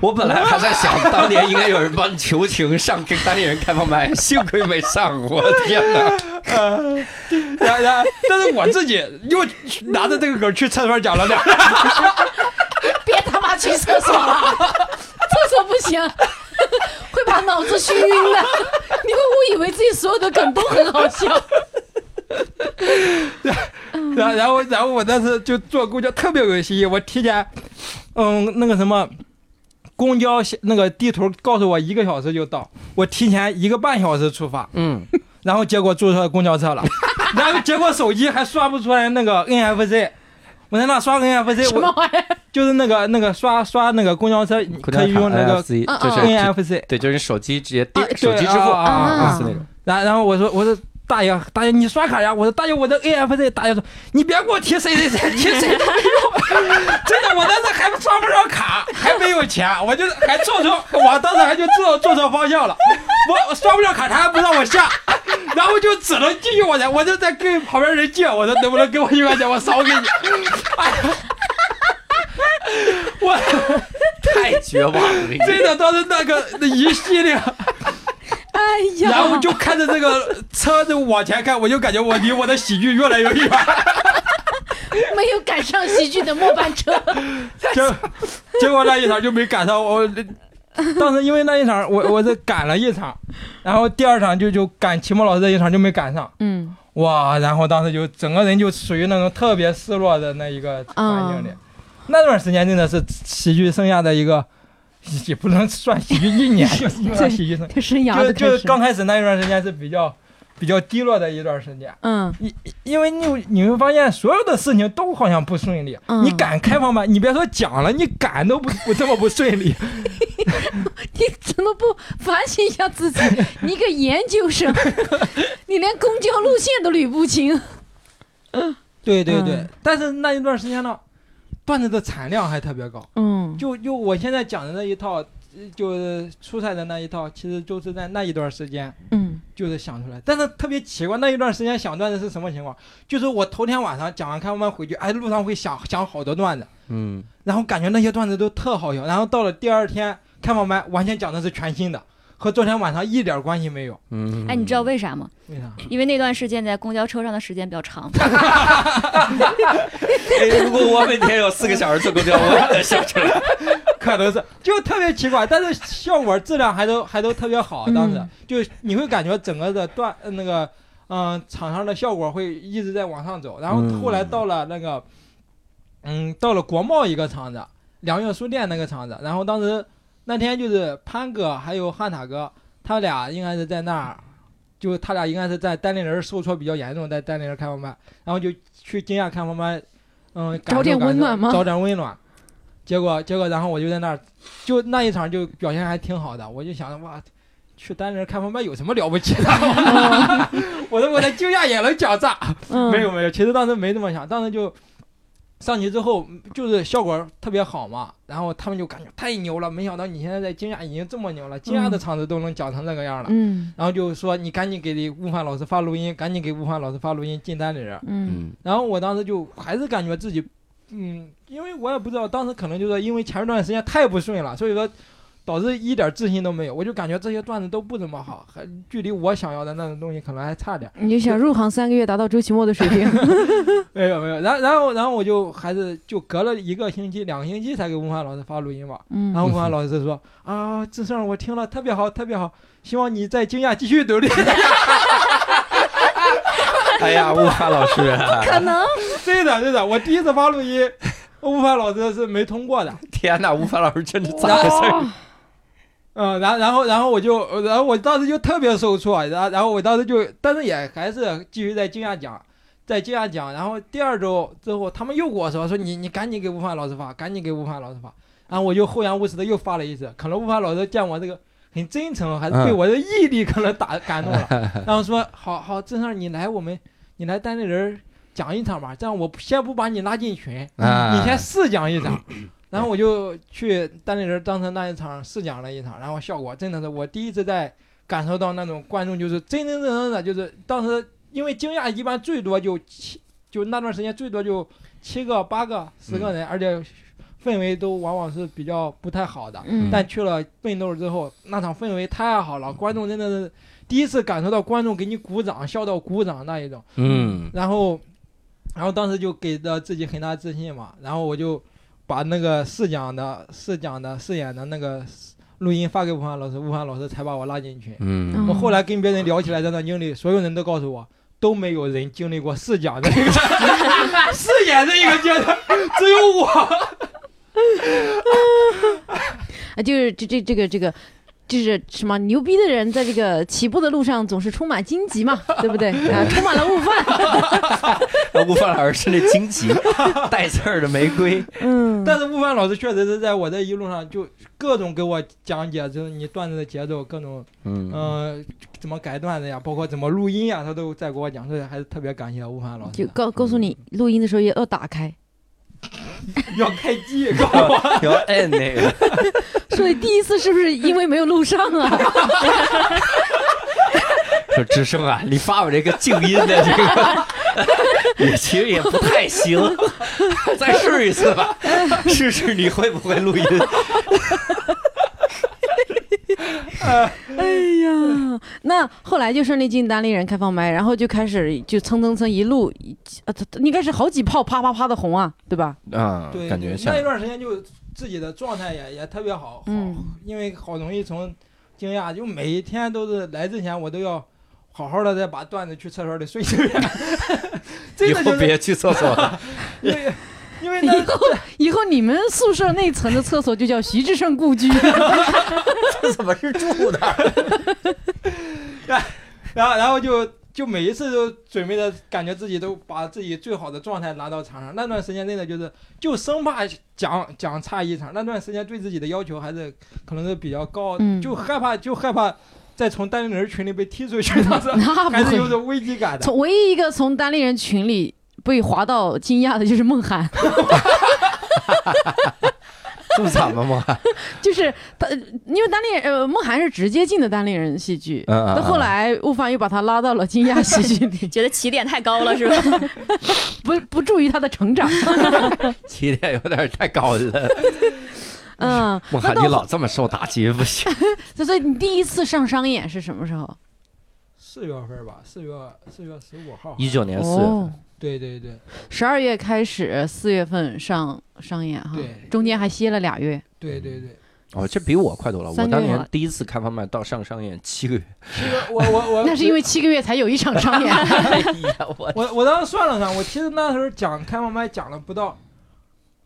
我本来还在想，当年应该有人帮求情上给当地人开放麦，幸亏没上。我天哪！然然，但是我自己又拿着这个梗去厕所讲了两下，别他妈去厕所了， 厕所不行， 会把脑子熏晕的。你会误以为自己所有的梗都很好笑， 然然后然后我当时就坐公交特别有信心，我提前，嗯，那个什么，公交那个地图告诉我一个小时就到，我提前一个半小时出发，嗯，然后结果坐错公交车了，然后结果手机还刷不出来那个 NFC，我在那刷 NFC，什么我玩意儿？就是那个那个刷刷那个公交车可以用那个就是嗯嗯直 NFC，对，就是手机直接啊电手机支对付啊啊啊类似 那种。然然后我说我说大爷大爷你刷卡呀，我说大爷我的 AFC，大爷说你别给我提谁谁谁 提谁谁，真的我当时还刷不上卡，还没有钱，我就还坐错，我当时还就坐坐错方向了， 我刷不上卡，他还不让我下。 然后就只能继续往前，我就在跟旁边人借，我说能不能给我一块钱，我烧给你。 哎呀，我太绝望了，这个真的当时那个那一系列，哎呀，然后就看着这个车子往前开，我就感觉我离我的喜剧越来越远。没有赶上喜剧的末班 车。结结果那一场就没赶上我。 当时因为那一场，我我是赶了一场，然后第二场就就赶秦墨老师这一场就没赶上，嗯哇！然后当时就整个人就属于那种特别失落的那一个环境里。那段时间真的是喜剧生涯的一个，也不能算喜剧一年，就是一段喜剧生，生涯的就就开是始。刚开始那一段时间是比较比较低落的一段时间。嗯因因为你你会发现所有的事情都好像不顺利，嗯你敢开放麦，你别说讲了，你敢都不不这么不顺利。你怎么不反省一下自 己？你一个研究生，你连公交路线都捋不清。 对对对，嗯但是那一段时间呢，段子的产量还特别高。嗯就就我现在讲的那一套，呃就是出彩的那一套，其实就是在那一段时间嗯就是想出来。但是特别奇怪，那一段时间想段子是什么情况？就是我头天晚上讲完开放麦回去，哎，路上会想想好多段子，嗯，然后感觉那些段子都特好笑，然后到了第二天开放麦，完全讲的是全新的，和昨天晚上一点关系没有。嗯哎，你知道为啥吗？为啥？ 因为那段时间在公交车上的时间比较长。哎如果我每天有四个小时坐公交，我也能笑出来。可能是就特别奇怪，但是效果质量还都还都特别好。当时、嗯就你会感觉整个的段呃那个嗯、场上的效果会一直在往上走，然后嗯后来到了那个嗯到了国贸一个场子，良月书店那个场子，然后当时那天就是潘哥还有汉塔哥，他俩应该是在那儿，就他俩应该是在单立人受挫比较严重，在单立人开放麦，然后就去惊讶开放麦，嗯，感找点受感温受暖吗找点温暖。结果结果，然后我就在那儿，就那一场就表现还挺好的，我就想着哇，去单人开放麦有什么了不起的？ 我说我在惊讶也能讲炸，嗯，没有没有，其实当时没这么想，当时就上去之后嗯就是效果特别好嘛，然后他们就感觉太牛了，没想到你现在在惊讶已经这么牛了，惊讶的嗯场子都能讲成这个样了。嗯然后就说你赶紧给悟饭老师发录音，赶紧给悟饭老师发录音进单里人。嗯嗯然后我当时就还是感觉自己，嗯，因为我也不知道，当时可能就是因为前一段时间太不顺了，所以说导致一点自信都没有。我就感觉这些段子都不怎么好，还距离我想要的那种东西可能还差点。你就想入行三个月达到周奇墨的水平， 没有没有，然然后然后我就还是就隔了一个星期、两个星期才给文化老师发录音嘛。嗯然后文化老师说：“啊，志胜，我听了特别好，特别好，希望你在惊讶继续努力。 哎呀，悟饭老师，啊可能”，对的对的，我第一次发录音，吴凡老师是没通过的。天哪，悟饭老师真是咋回事儿？嗯，然然后然后我就，然后我当时就特别受挫，然后然后我当时就，但是也还是继续在惊讶讲，在惊讶讲，然后第二周之后，他们又跟我说说你你赶紧给悟饭老师发，赶紧给悟饭老师发，然后我就厚颜无耻的又发了一次，可能悟饭老师见我这个很真诚，还是被嗯我的毅力可能打感动了，然后说好好，郑胜你来我们，你来单立人讲一场吧，这样我先不把你拉进群， 啊，你先试讲一场，然后我就去单立人当成那一场试讲了一场，然后效果真的是我第一次在感受到那种观众就是真真正正的，就是当时因为惊讶一般最多就七，就那段时间最多就七个、八个、十个人，而且氛围都往往是比较不太好的。嗯，但去了奋斗之后，那场氛围太好了，观众真的是第一次感受到观众给你鼓掌、笑到鼓掌那一种。嗯，然后，然后当时就给了自己很大自信嘛，然后我就把那个试讲的、试讲的、试演的那个录音发给武汉老师，武汉老师才把我拉进群。嗯，我后来跟别人聊起来这段经历，所有人都告诉我。都没有人经历过试讲的一个试演的一个阶段，只有我。啊，就是这这这个这个。就是什么牛逼的人，在这个起步的路上总是充满荆棘嘛，对不对？啊，充满了悟 饭。悟饭啊老师是那荆棘带刺儿的玫 瑰，嗯，但是悟饭老师确实是在我这一路上就各种给我讲解，就是你段子的节奏，各种嗯，嗯，怎么改段子呀，包括怎么录音呀，他都在给我讲，所以还是特别感谢吴凡老就师，告告诉你，录音的时候也要打开。要开机，告诉我要摁那个，说你第一次是不是因为没有录上啊？说志胜啊，你发我这个静音的这个。也其实也不太行，再试一次吧，试试你会不会录音。哎 呀，那后来就顺利进单立人开放麦，然后就开始就蹭蹭蹭一路，一啊，它它应该是好几炮啪啪啪的红啊，对吧？啊对，感觉像那一段时间就自己的状态也也特别好，好，嗯因为好容易从惊讶，就每一天都是来之前我都要好好的再把段子去厕所里睡一遍， 真以的后就是别去厕所了。因为因为 那以后以后你们宿舍那层的厕所就叫徐志胜故 居。怎么是住 的？然后然后就就每一次都准备的感觉自己都把自己最好的状态拿到场上。那段时间真的就是就生怕讲讲差一场，那段时间对自己的要求还是可能是比较高，嗯就害怕就害怕再从单立人群里被踢 出去，当时那还不是有会，种危机感的。从唯一一个从单立人群里被划到惊讶的就是孟涵， 这么惨吗？吗？就是他，因为单立人呃，孟涵是直接进的单立人戏剧，嗯嗯嗯但后来悟饭又把他拉到了惊讶戏剧里 觉得起点太高了，是吧？不不助于他的成 长。起点有点太高了。嗯，那我看到你老这么受打击不行。所以所以你第一次上商演是什么时候？四月份吧，四月四月十五号，一九年四月份，哦，对对对十二月开始，四月份上商演哈，对中间还歇了俩月。对对对。哦，这比我快多了。三我个当月年了第一次开放麦到上商演七个月。其实我我 我那是因为七个月才有一场商 演，哎呀，我我我当时算了算，我其实那时候讲开放麦讲了不到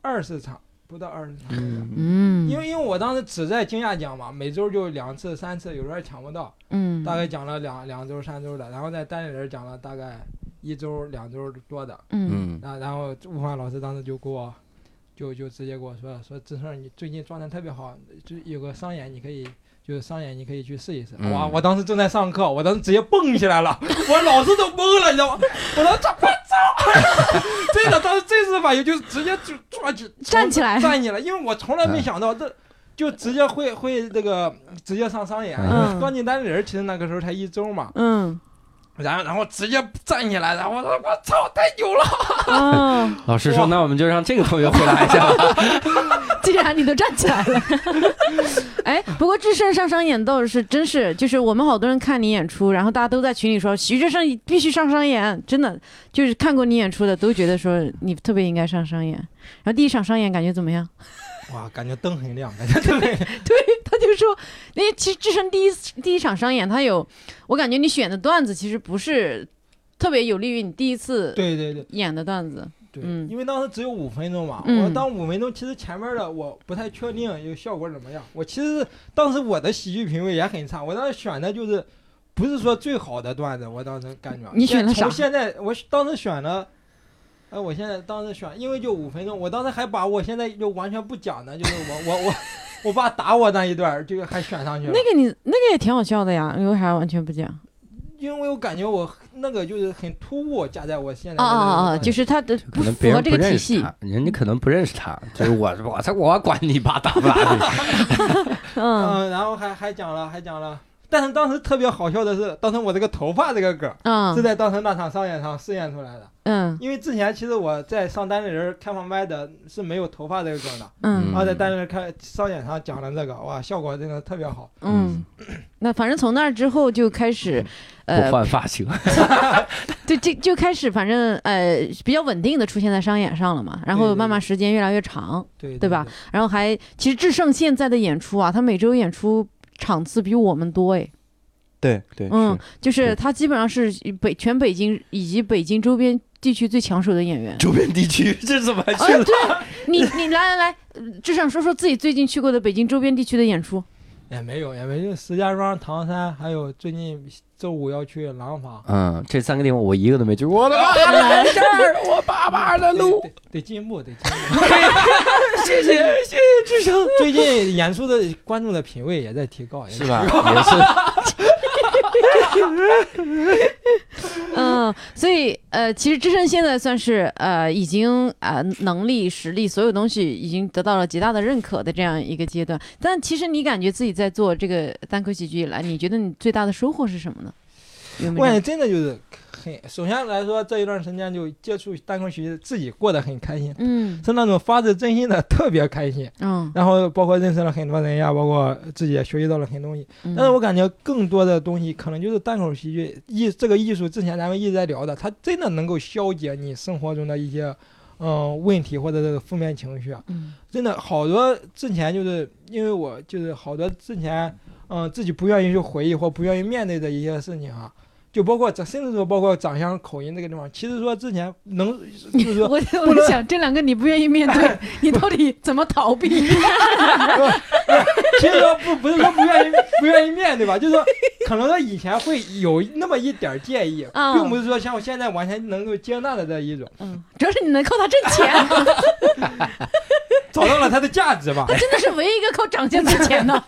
二十场，不到二十场。嗯，因为因为我当时只在惊讶讲嘛，每周就两次三次，有时候还抢不到，嗯，大概讲了两两周三周的，然后在单立人讲了大概一周两周多的。嗯嗯然然后悟饭老师当时就给我，就就直接跟我说说志胜，你最近状态特别好，就有个商演你可以。就是商演，你可以去试一试。嗯哇！我当时正在上课，我当时直接蹦起来了，我老师都懵了，你知道吗？我当时这快走！ 真的，当时这次反应就是直接就抓起站起来站起来，因为我从来没想到这就直接会会这个直接上商演。嗯装进单人儿其实那个时候才一周嘛，嗯然后然后直接站起来，然后我说我操，太牛了！哦，老师说，哇那我们就让这个同学回答一下。既然你都站起来了， 哎，不过志胜上商演倒是真是，就是我们好多人看你演出，然后大家都在群里说徐志胜必须上商演，真的就是看过你演出的都觉得说你特别应该上商演。然后第一场商演感觉怎么样？哇，感觉灯很亮，感觉灯 很亮。对，他就说，那其实志胜第一第一场商演，他有，我感觉你选的段子其实不是特别有利于你第一次对对对演的段子。对，嗯因为当时只有五分钟嘛，嗯我当五分钟其实前面的我不太确定有效果怎么样。我其实当时我的喜剧品味也很差，我当时选的就是不是说最好的段子，我当时感觉。你选了啥从现在我当时选了。哎，我现在当时选，因为就五分钟，我当时还把我现在就完全不讲的，就是 我我我我爸打我那一段儿，就还选上啊去了。那个你那个也挺好笑的呀，你为啥完全不讲？因为我感觉我那个就是很突兀，加在我现在啊哦的这个哦哦，状态就是他的可不能符别合人这不个体认识系他，，人家可能不认识他，就是我我才我管你爸打不 打你，嗯嗯，然后还还讲了，还讲了。但是当时特别好笑的是，当时我这个头发这个梗儿是嗯在当时那场商演上试验出来的。嗯因为之前其实我在上单立人开放麦的是没有头发这个梗的，嗯然后在单立人开商演上讲了这个，哇，效果真的特别好。嗯，那反正从那儿之后就开始，嗯不呃，换发型，对，这就开始反正呃比较稳定的出现在商演上了嘛，然对后对慢慢对时间越来越长，对对对吧？然后还其实志胜现在的演出啊，他每周演出场次比我们多哎，对对，嗯是，就是是他基本上是北全北京以及北京周边地区最抢手的演 员。周边地区这怎么还啊，去了？对，你你来来来，呃志胜说说自己最近去过的北京周边地区的演出。也没有，也没有，石家庄、唐山，还有最近周五要去廊坊，嗯，这三个地方我一个都没去，我的妈呀，这儿我爸爸的路，得得进步，得进步。 谢谢谢谢志成， 最近演出的观众的品味也在提高，也是吧？也是，嗯，所以呃，其实志胜现在算是呃，已经呃能力、实力所有东西已经得到了极大的认可的这样一个阶段。但其实你感觉自己在做这个单口喜剧以来，你觉得你最大的收获是什么呢？有没我感有觉？真的就是很，首先来说这一段时间就接触单口喜剧，自己过得很开心，嗯是那种发自真心的特别开心。嗯，然后包括认识了很多人呀，包括自己也学习到了很多东西。嗯但是我感觉更多的东西可能就是单口喜剧艺这个艺术，之前咱们一直在聊的，它真的能够消解你生活中的一些。嗯，问题或者这个负面情绪啊，嗯真的好多之前就是因为我就是好多之前，嗯，自己不愿意去回忆或不愿意面对的一些事情啊，就包括这，甚至说包括长相、口音这个地方，其实说之前能就是说我不我能想这两个你不愿意面 对，你到底怎么逃避？ 其实说不不是说不愿意不愿意面对吧， 就是说可能说以前会有那么一点儿介意，嗯并不是说像我现在完全能够接纳的这一种， 嗯，主要是你能靠他挣钱，啊找到了它的价值吧。 真的是唯一一个靠长相挣钱 的。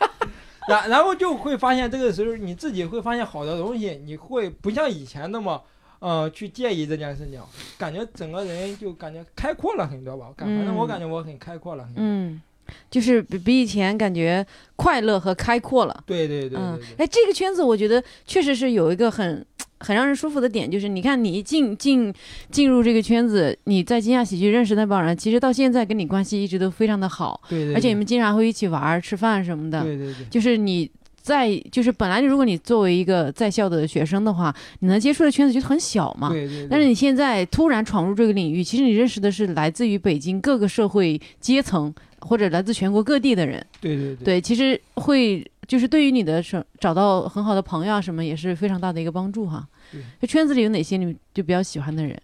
然然后就会发现这个时候你自己会发现好多东西，你会不像以前那么。呃，去介意这件事情，感觉整个人就感觉开阔了很多吧。感反正嗯我感觉我很开阔了很多。嗯，就是比比以前感觉快乐和开阔了。对对对对嗯对，哎，这个圈子我觉得确实是有一个很很让人舒服的点，就是你看你一进进进入这个圈子，你在惊讶喜剧认识那帮人，其实到现在跟你关系一直都非常的好，对对，而且对你们经常会一起玩儿、吃饭什么的。对对对，就是你在就是本来如果你作为一个在校的学生的话，你能接触的圈子就很小嘛。对对。但是嗯对你现在突然闯入这个领域，其实你认识的是来自于北京各个社会阶层或者来自全国各地的人。对对对对，其实会就是对于你的生找到很好的朋友啊什么，也是非常大的一个帮助哈对。这圈子里有哪些你们就比较喜欢的人？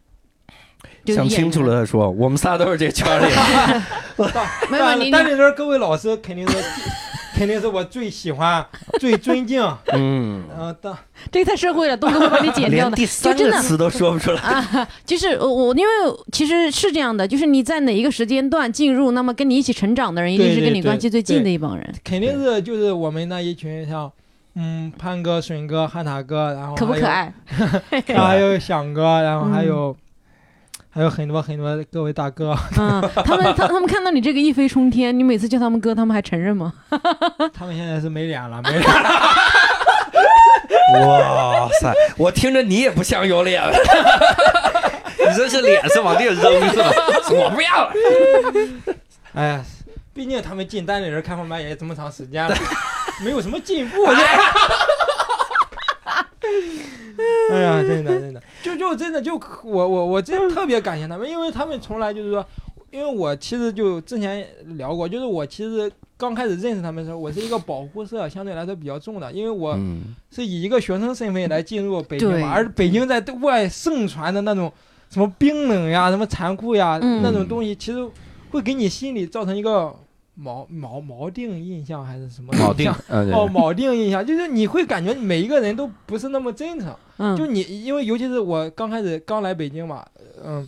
就是想演清楚员，了再 说，我们�仨都是这圈里，没有但你但你是说各位老师肯定是肯定是我最喜欢、最尊敬。嗯，呃，当这个太社会了，东哥会把你剪掉连的。第三就真个的词都说不出来。啊，就是我我因为其实是这样的，就是你在哪一个时间段进入，那么跟你一起成长的人，一定是跟你关系最近的一帮人，肯定是就是我们那一群像，嗯，潘哥、笋哥、汉塔哥，然后可不哦还可有？爱？然后还有响哥，然后还嗯有、还有很多很多各位 大哥，嗯，他们他他们看到你这个一飞冲天，你每次叫他们哥，他们还承认吗？他们现在是没脸了，没脸了。 哇塞，我听着你也不像有脸， 你这是脸是往地上扔是吧？我不要了，哎呀，毕竟他们进单立人开放麦也这么长时间了，没有什么进步。这 哎呀，真的真的，就就真的就我我我真特别感谢他们，因为他们从来就是说，因为我其实就之前聊过，就是我其实刚开始认识他们的时候，我是一个保护色相对来说比较重的，因为我嗯，是以一个学生身份来进入北京对嘛，而北京在对外盛传的那种什么冰冷呀、什么残酷呀、嗯那种东西，其实会给你心里造成一个锚锚锚定印象还是什么铆定印象，嗯，哦，锚定印象就是你会感觉每一个人都不是那么真诚，嗯，就你因为尤其是我刚开始刚来北京嘛，嗯。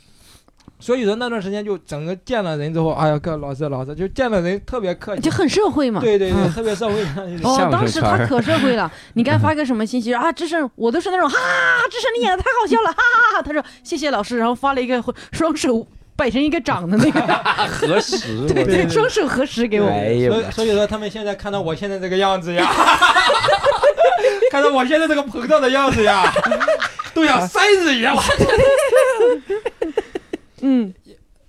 所以说那段时间就整个见了人之后，哎呀，哥老师老师，就见了人特别客气，就很社会嘛。对对对，嗯特别社会上一种哦，相声当时他圈儿可社会了，你该发个什么信息啊？志胜，我都是那种哈，志胜你演的太好笑了，哈哈哈！他说谢谢老师，然后发了一个双手摆成一个掌的那个，核实， 对对对双手合十给我。哎呀所以所以说他们现在看到我现在这个样子呀，看到我现在这个膨胀的样 子呀，都想扇死你了。嗯，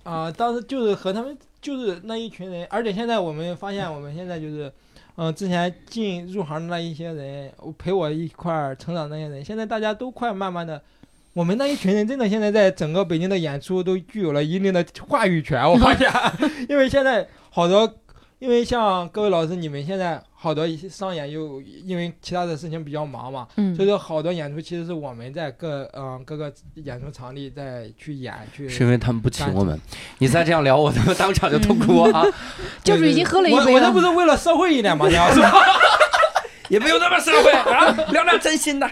啊、当时就是和他们就是那一群人，而且现在我们发现我们现在就是，嗯、之前进入行的那一些人，我陪我一块儿成长的那些人，现在大家都快慢慢的。我们那一群人真的现在在整个北京的演出都具有了一定的话语权，我发现，因为现在好多，因为像各位老师，你们现在好多一些商演又因为其他的事情比较忙嘛，嗯所以说好多演出其实是我们在各嗯、各个演出场地在去演去。是因为他们不请我们，你再这样聊，我他妈 当场就痛哭啊！教主已经喝了一我杯我这不了。是为了社会一 点吗？你要是 也没有那么社会啊，聊聊真心的。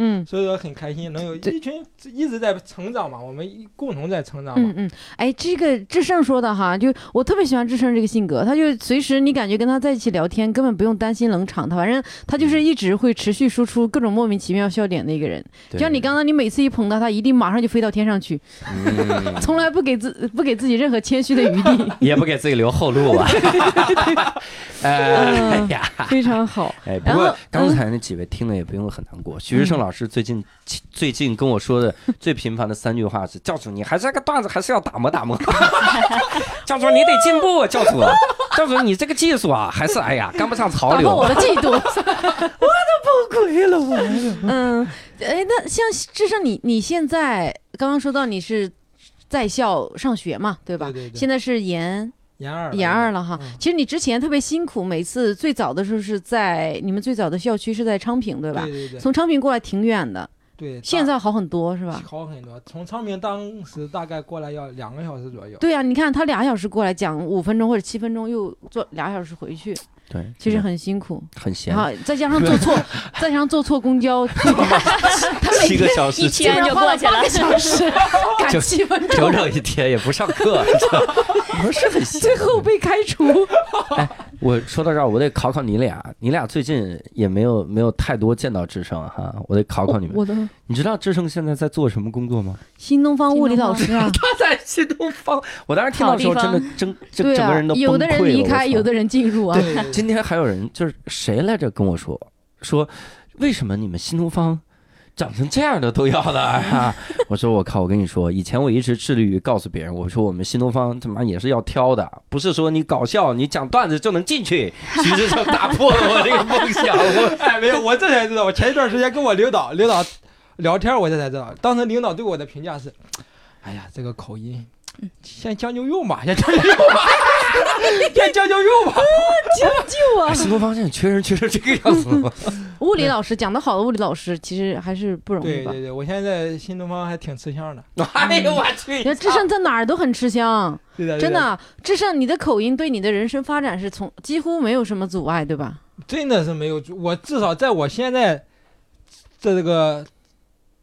嗯所以说很开心，能有这一群一直在成长嘛，我们一共同在成长嗯嘛。嗯，哎，这个志胜说的哈，就我特别喜欢志胜这个性格，他就随时你感觉跟他在一起聊天，根本不用担心冷场，他反正他就是一直会持续输出各种莫名其妙笑点的一个人。就像你刚刚，你每次一捧他，他一定马上就飞到天上去，嗯 从来不给自不给自己任何谦虚的余 地，也不给自己留后路 啊。呃，哎呀，非常好。哎，嗯不然后嗯过刚才那几位听了也不用很难过。徐志胜老师最近最近跟我说的最频繁的三句话是：教主，你还是这个段子还是要打磨打 磨。教主，你得进步啊，教主。教主，你这个技术啊，还是哎呀，跟不上潮打破流我。的嫉 妒，我都崩溃了，我 嗯，哎，那像至少你你现在刚刚说到你是在校上学嘛，对吧？对对对现在是研研二，研二，了哈。嗯其实你之前特别辛苦，每次最早的时候是在你们最早的校区是在昌平，对吧？对对对从昌平过来挺远的，对。现大在好很多是吧？好很多，从昌平当时大概过来要两个小时左右。对啊呀、你看他俩小时过来讲五分钟或者七分钟，又坐俩小时回去，对，其实很辛苦。很闲然，后再加上坐 错，再加上坐错公交，他每七个天小时一基本天上就花过去了八个。小 时，赶就七分钟，整整一天也不上课，你知道吗 不是很闲。最后被开除。我说到这儿，我得考考你俩，你俩最近也没有没有太多见到志胜哈，我得考考你们。我的你知道志胜现在在做什么工作吗？新东方物理老师 啊，他在新东方。我当时听到的时候，好地真方的真对这整个啊人都，崩溃了。有的人离开，我操有的人进入啊。对对对今天还有人就是谁来着跟我说说，为什么你们新东方长成这样的都要的啊？ 我说我靠，我跟你说，以前我一直致力于告诉别人，我说我们新东方他妈也是要挑的，不是说你搞笑你讲段子就能进去。徐志胜打破了我这个梦想， 我哎，没有，我这才知道，我前一段时间跟我领导领导聊天，我这才知道，当时领导对我嗯 的评价是，哎呀，这个口音，先将就用吧，先将就用吧。该教教用吧。啊哎新东方向缺人缺成这个样子了吗？物理老师讲得好的物理老师其实还是不容易对吧对？对，我现在在新东方还挺吃香的。哎呦我去！你看志胜在哪儿都很吃香，对的，真对的，志胜你的口音对你的人生发展是从几乎没有什么阻碍，对吧？真的是没有，我至少在我现在在这个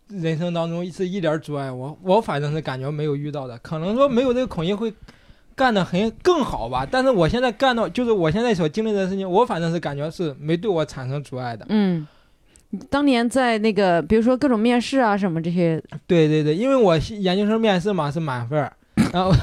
人生当中是一点阻碍，我我反正是感觉没有遇到的。可能说没有这个口音会干得很更好吧，但是我现在干到就是我现在所经历的事情，我反正是感觉是没对我产生阻碍的。嗯，当年在那个比如说各种面试啊什么这 些，对对对，因为我研究生面试嘛是满分儿，然后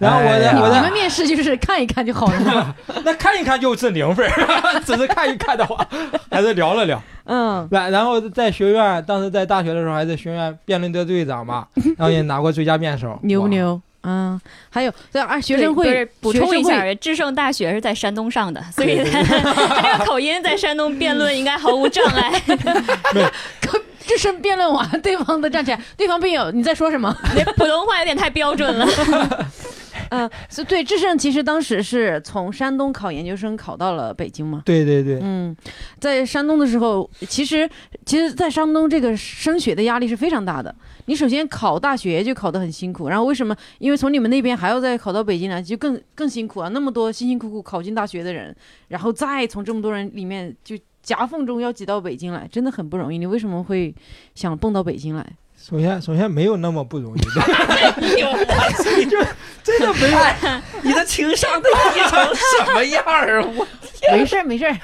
然后我哎的、呀我你的们面试就是看一看就好了 嘛。那看一看就是零分儿， 只是看一看的话，还是聊了聊。嗯，然然后在学院，当时在大学的时候还是学院辩论队队 长嘛，然后也拿过最佳辩手，牛不哇？牛？嗯，还有对啊， 学生对不会是补充一，学生会下，智胜大学是在山东上的，所以他 他这个口音在山东辩论应该毫无障碍。 这是辩论完，对方的站起来，对方辩友你在说 什么？你普通话有点太标准了。嗯，所以对志胜其实当时是从山东考研究生考到了北京嘛。对对对，嗯，在山东的时候，其实其实，在山东这个升学的压力是非常大的。你首先考大学就考得很辛苦，然后为什么？因为从你们那边还要再考到北京来，就更更辛苦啊！那么多辛辛苦苦考进大学的人，然后再从这么多人里面就夹缝中要挤到北京来，真的很不容易。你为什么会想蹦到北京 来？首先首先没有那么不容易， 就真的没有。你的情商都低成什么样儿？啊我。没事儿没事儿，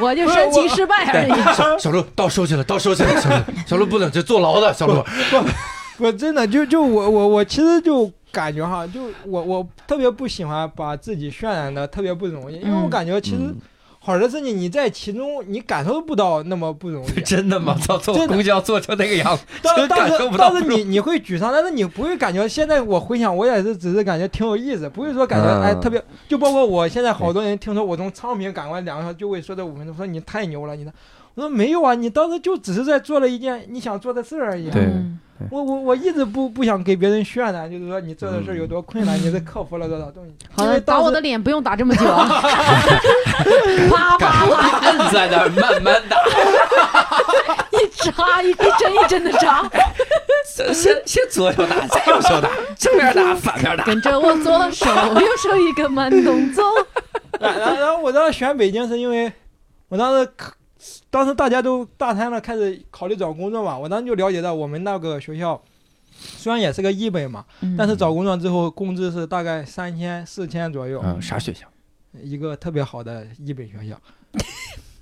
我就不是申请我失败而已。小小鹿到收起来，到收起来，小鹿，小鹿不能这坐牢的，小鹿。我真的就就我我我其实就感觉哈，就我我特别不喜欢把自己渲染的特别不容易，因为我嗯感觉其实嗯好的事情你在其中你感受不到那么不容易真的吗？操，做真的公交做成那个样子，当真当感时受不到当时你你会沮丧，但是你不会感觉。现在我回想，我也是只是感觉挺有意思，不会说感觉、嗯哎特别。就包括我现在好多人听说我从昌平赶过来两个小时，就会说这五分钟，说你太牛了，你的。我说没有啊，你当时就只是在做了一件你想做的事儿而已啊。对嗯我我我一直不不想给别人渲染，就是说你做的事儿有多困难，你是克服了多少东西。好因的，为打当我时的脸不用打这么久啊！啪啪啪，摁在那儿慢慢打。一扎一一针一针的扎，先先先 左手打，再右手打，正面打，反面打。跟着我左 手右手一个慢动 作。然然然后我当时选北京是因为，我当时可当时大家都大三了，开始考虑找工作嘛。我当时就了解到我们那个学校虽然也是个一本嗯嘛，但是找工作之后工资是大概三千四千左右，嗯，啥学校？一个特别好的一本学校，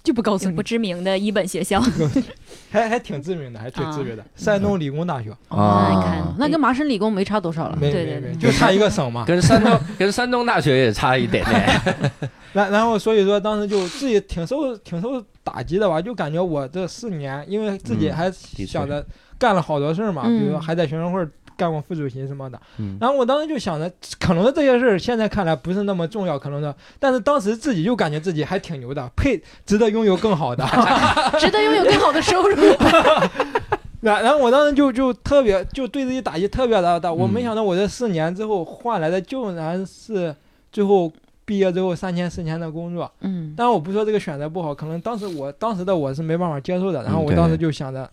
就不告不知名的一本学校，还还挺知名的，还挺啊知名的，山东理工大学。啊你看那跟麻省理工没差多少了。没对没对没，对就差一个省嘛。跟山东 跟山东大学也差一点 点。然然后所以说当时就自己挺受挺受打击的吧，就感觉我这四年，因为自己嗯还确想着干了好多事儿嘛，嗯比如说还在学生会干过副主席什么的。嗯然后我当时就想着，可能这些事儿现在看来不是那么重要，可能的，但是当时自己就感觉自己还挺牛的，配值得拥有更好的。值得拥有更好的收入。然然后我当时就就特别就对自己打击特别大大，我嗯没想到我这四年之后换来的竟然是最后毕业之后三千四千的工作。 嗯，当然我不说这个选择不好，可能当时我当时的我是没办法接受的，然后嗯我对当时就想着，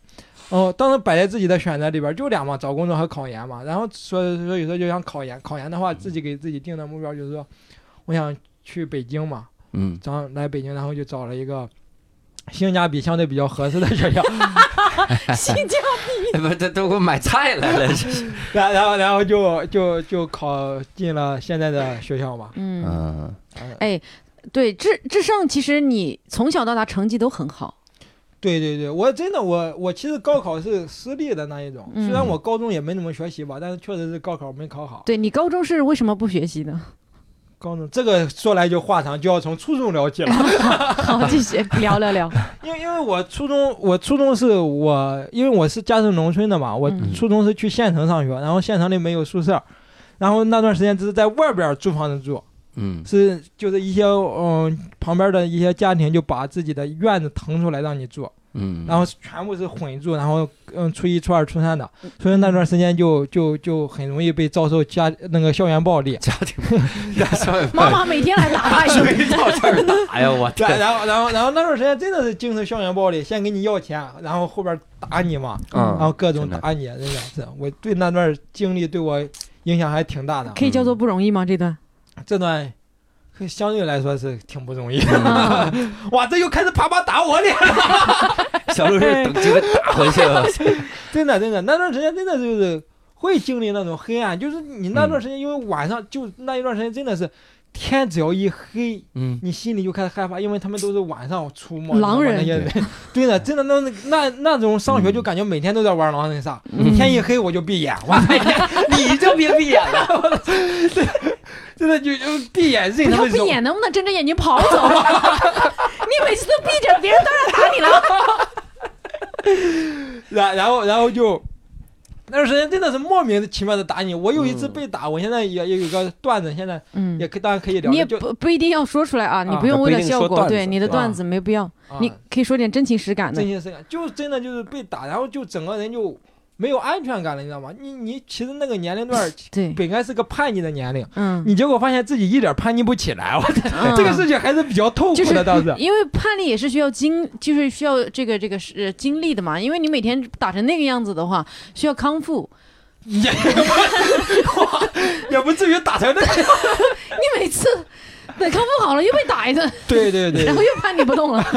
哦、当时摆在自己的选择里边儿就俩嘛，找工作和考研嘛，然后所以所以说就想考研，考研的话嗯自己给自己定的目标就是说，我想去北京嘛，嗯，然后来北京，然后就找了一个性价比相对比较合适的学 校，新疆不，这都给我买菜来了，这 是然然后然后就就就考进了现在的学校嘛， 嗯，嗯，对，志志胜，其实你从小到大成绩都很好。对对对，我真的我我其实高考是私立的那一种，嗯虽然我高中也没怎么学习吧，但是确实是高考没考好。对你高中是为什么不学习呢？ 高中这个说来就话长，就要从初中聊起了。好，继续聊聊 聊。因为因为我初中我初中是我因为我是家是农村的嘛，我嗯初中是去县城上学，然后县城里没有宿舍，然后那段时间只是在外边租房子住，嗯，呃是就是一些嗯旁边的一些家庭就把自己的院子腾出来让你住，嗯，然后全部是混住，然后嗯，初一、初二、初三的，所以那段时间就就就很容易被遭受家那个校园暴力。家庭，小野妈妈每天来打 哎他一顿，一套这 儿打呀，哎 我然天，然后然后然后那段时间真的是精神校园暴力，先给你要钱，然后后边打你嘛，然后嗯，各种真的打你，真的是我对那段经历对我影响还挺大的。可以叫做不容易吗？这段这段可相对来说是挺不容易。嗯 哇，这又开始啪啪打我脸了， 小鹿是等机会打回去了，真的真的，那段时间真的就是会经历那种黑暗，就是你那段时间，因为晚上就那一段时间真的是。天只要一黑，嗯，你心里就开始害怕，因为他们都是晚上出没，狼人你知道吗那些人， 对的，真的那那那种上学就感觉每天都在玩狼人杀，嗯天一黑我就闭眼，哇， 你就别闭眼了， 真的就就闭眼任不他要们闭揉，眼，能不能睁着眼睛跑走？ 你每次都闭着，别人当然打你了。然然后然后就，那段时间真的是莫名其妙的打你。我有一次嗯被打，我现在也也有一个段子，现在嗯也可以大家可以聊。你也就不不一定要说出来啊，你不用为了效不一定说果，段子对你的对段子没必要，啊你可以说点真情实感的真。心实感，就真的就是被打，然后就整个人就没有安全感了，你知道吗？你你其实那个年龄段儿对，本该是个叛逆的年龄，嗯，你结果发现自己一点叛逆不起来，我嗯这个事情还是比较痛就苦是的，倒是。因为叛逆也是需要经，就是需要这个这个是呃经历的嘛。因为你每天打成那个样子的话，需要康复。也 也不至于打成 那样。你每次等康复好了又被打一顿，对对对然，后又叛逆不动了。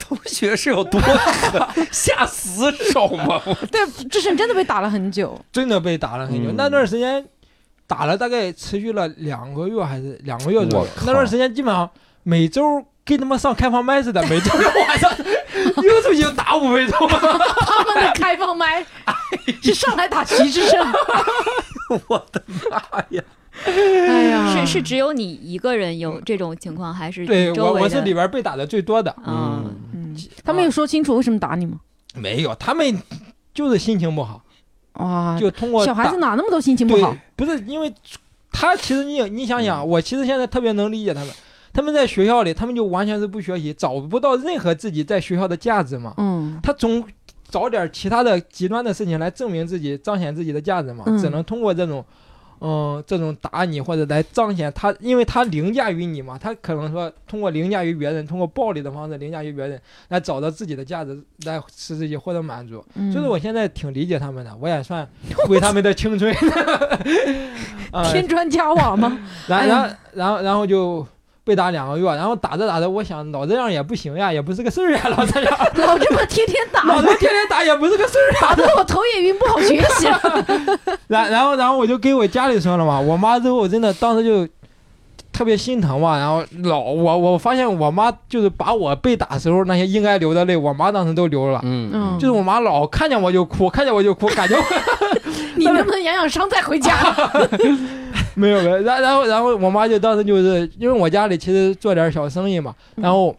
同学是有多 狠，下死手吗？对，这是真的被打了很久。真的被打了很久。嗯那段时间打了大概持续了两个月还是两个月左我右靠，那段时间基本上每周跟他妈上开放麦似的，每周 六晚上又出去打五分钟。他们的开放麦是上来打徐志胜。哎呀，是是只有你一个人有这种情况，还是对你周我围我是的里边被打的最多的，啊？嗯，他们有说清楚为什么打你吗？没有他们就是心情不好，哇，啊就通过小孩打子哪那么多心情不对好？，不嗯是因为他其实你你想想，我其实现在特别能理解他们。他们在学校里，他们就完全是不学习，找不到任何自己在学校的价值嘛。嗯他总找点其他的极端的事情来证明自己、彰显自己的价值嘛，嗯只能通过这种，嗯、这种打你或者来彰显他，因为他凌驾于你嘛，他可能说通过凌驾于别人，通过暴力的方式凌驾于别人，来找到自己的价值，来使自己获得满足。嗯，所以我现在挺理解他们的，我也算为他们的 青春，啊、添砖加瓦吗？ 然哎然呀后然后然后就。被打两个月，然后打着打着，我想老这样也不行呀，也不是个事儿呀，老 这样，老这么天天打，老子天天打也不是个事儿啊打。得我头也晕，不好学 习。然然后然后我就跟我家里说了嘛，我妈之后真的当时就特别心疼嘛，然后老我我发现我妈就是把我被打时候那些应该流的泪，我妈当时都流了。嗯嗯，就是我妈老看见我就哭，看见我就哭，感觉我你能不能养养伤再回家？ 没有没有。然然后然后我妈就当时就是因为我家里其实做点小生意嘛，然后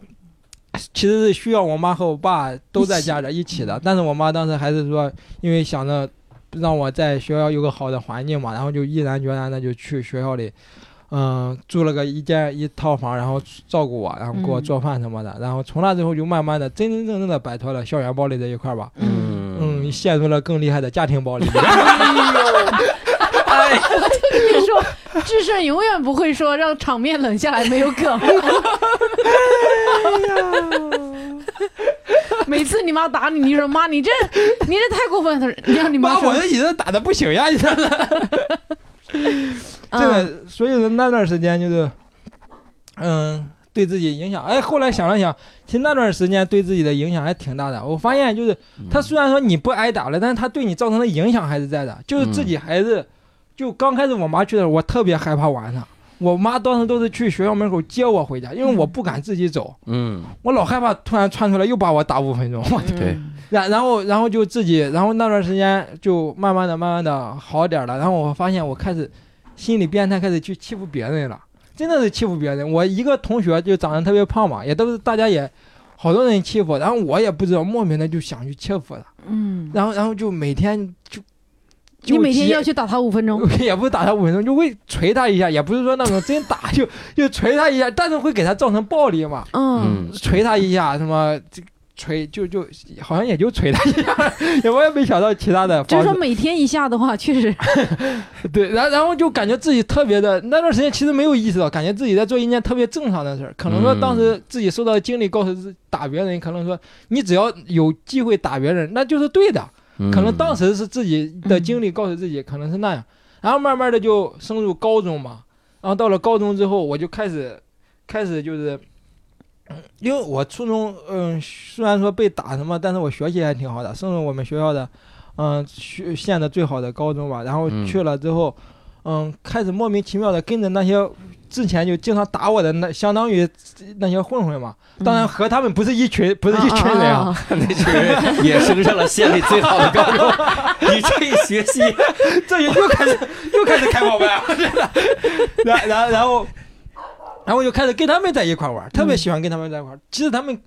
其实是需要我妈和我爸都在家里一起 的，但是我妈当时还是说，因为想着让我在学校有个好的环境嘛，然后就毅然决然的就去学校里，嗯、住了个一间一套房，然后照顾我，然后给我嗯做饭什么的，然后从那之后就慢慢的真真正正的摆脱了校园暴力这一块吧，嗯，嗯，陷入了更厉害的家庭暴力。跟嗯 你说，智胜永远不会说让场面冷下来没有梗。 每次你妈打你，你就说妈，你这你这太过分了。你让你 妈，说我，这椅子打的不行呀，你知道吗？这嗯个，所以说那段时间就是，嗯，对自己影响。哎，后来想了想，其实那段时间对自己的影响还挺大的。我发现就是，他虽然说你不挨打了，但是他对你造成的影响还是在的。就是自己还是，就刚开始我妈去的时候，我特别害怕晚上。我妈当时都是去学校门口接我回家，因为我不敢自己走，嗯，我老害怕突然窜出来又把我打五分钟。嗯对然然后然后就自己，然后那段时间就慢慢的、慢慢的好点儿了。然后我发现我开始心理变态，开始去欺负别人了，真的是欺负别人。我一个同学就长得特别胖嘛，也都是大家也好多人欺负，然后我也不知道，莫名的就想去欺负他，嗯，然后然后就每天就。 就你每天急要去打他五分钟，也不是打他五分钟，就会捶他一下，也不是说那种真打就就捶他一下，但是会给他造成暴力嘛，嗯，嗯捶他一下，什么这锤就就好像也就锤他一下， 也我也没想到其他的就方是式说。每天一下的话，确实 对，然然后就感觉自己特别的那段时间，其实没有意识到，感觉自己在做一件特别正常的事儿。可能说当时自己受到的经历告诉自己打别人，可能说你只要有机会打别人，那就是对的。嗯可能当时是自己的经历告诉自己，可能是那样。然后慢慢的就升入高中嘛，然后到了高中之后，我就开始开始就是，嗯因为我初中嗯虽然说被打什么，但是我学习还挺好的，升入我们学校的嗯学县的最好的高中吧。然后嗯去了之后，嗯，开始莫名其妙的跟着那些之前就经常打我的那相当于那些混混嘛，当然和他们不是一群不是一群人啊， 那群人也升上了县里最好的高中，你这学习这又又开始又开始开跑班， 真的。然然然后，然后我就开始跟他们在一块嗯玩，特别喜欢跟他们在一块。其实他们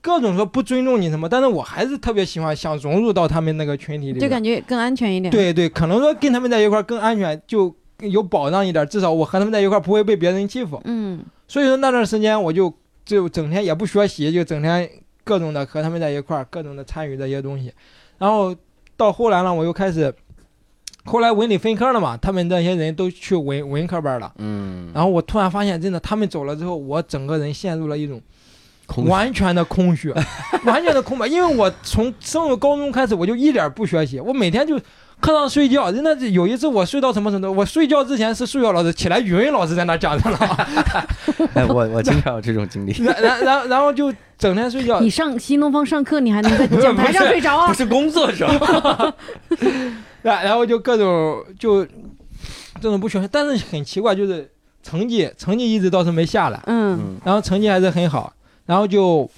各种说不尊重你什么，但是我还是特别喜欢，想融入到他们那个群体里就边。感觉更安全一点。，对对，可能说跟他们在一块更安全，就有保障一点，至少我和他们在一块不会被别人欺负。嗯，所以说那段时间我就就整天也不学习，就整天各种的和他们在一块儿，各种的参与这些东西。然后到后来呢，我又开始，后来文理分科了嘛，他们这些人都去文文科班了。嗯，然后我突然发现，真的他们走了之后，我整个人陷入了一种空虚完全的空 虚，完全的空白。因为我从升入高中开始，我就一点儿不学习，我每天就课上睡觉。真的是有一次我睡到什么程度？我睡觉之前是数学老师起来，语文老师在那讲 着了。哎，我 我经常有这种经 历。然然然然后就整天睡觉你，上新东方上课，你还能在讲台上睡着啊不？是工作是吧？然然后就各种就这种不学习，但是很奇怪，就是成绩成绩一直倒是没下来，嗯，嗯，然后成绩还是很好，然后就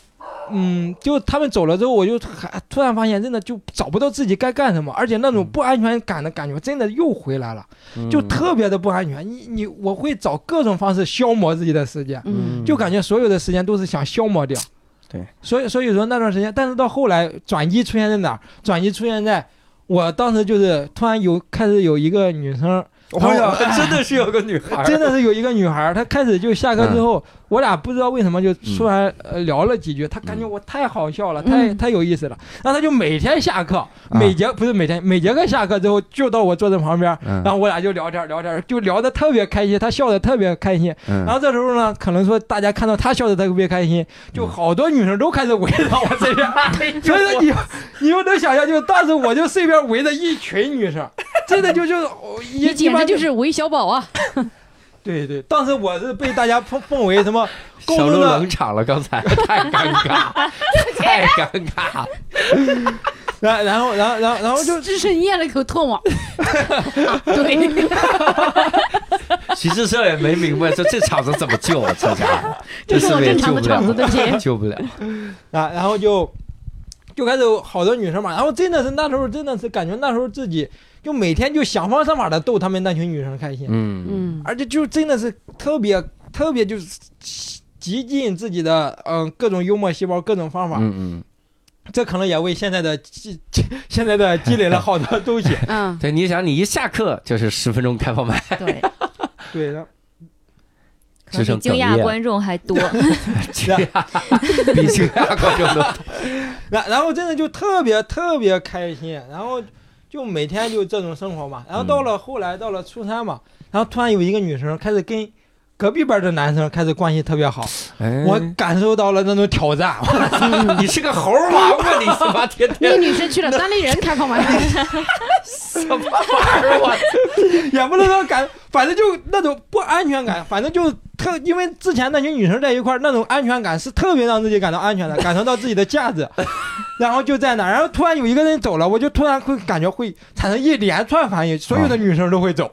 嗯，就他们走了之后，我就还突然发现，真的就找不到自己该干什么，而且那种不安全感的感觉真的又回来了，嗯就特别的不安全。你你我会找各种方式消磨自己的时间，嗯就感觉所有的时间都是想消磨掉。对，所以所以说那段时间，但是到后来转机出现在哪儿？转机出现在我当时就是突然有开始有一个女生，哎呀，哎真的是有个女孩 儿，嗯真的是有一个女孩儿，她开始就下课之后，我俩不知道为什么就突然呃聊了几句，她感觉我太好笑了，嗯太太有意思了，然后她就每天下课，啊每节不是每天每节课下课之后就到我桌子旁边儿，嗯然然后我俩就聊天儿聊天儿，就聊得特别开心，她笑得特别开心，嗯然后这时候呢，可能说大家看到他笑的特别开心，嗯就好多女生都开始围到我身边， 所以说你你就能想象，就当时我就身边围着一群女生，真 的就就哦一你一简直般就是韦小宝啊！对对，当时我是被大家奉奉为什 么高小中鹿的冷，场了，刚才太尴 尬，太尴 尬。然然后然后然后然后就 只是咽了口唾沫。啊对，徐志胜也没明白说这场子怎么救，啊这家 这是我也正救常不的了，场子，对不 起。救不了。啊，然后就就开始有好多女生嘛，然后真的是那时候真的是感觉那时候自己就每天就想方设法的逗他们那群女生开心，嗯，嗯，而且就真的是特别特别就是极尽自己的嗯、呃各种幽默细胞各种方法，嗯嗯，这可能也为现在的积 积现在的积累了好多东 西。嗯，对，你想，你一下课就是十分钟开放麦， 对，对，然后可能只剩比惊哽讶咽观众还多。比这个观众都然然后真的就特别特别开心，然后就每天就这种生活嘛。然后到了后来到了初三嘛，然后突然有一个女生开始跟。隔壁班的男生开始关系特别好，我感受到了那种挑战。你是个猴娃娃，你他妈天那天个女生去了单立人开放麦，什么玩意儿？我也不能说感，反正就那种不安全感，反正就特，因为之前那群女生在一块儿，那种安全感是特别让自己感到安全的，感受到自己的 价值，然后就在那儿，然后突然有一个人走了，我就突然会感觉会产生一连串反应，所有啊的女生都 会走，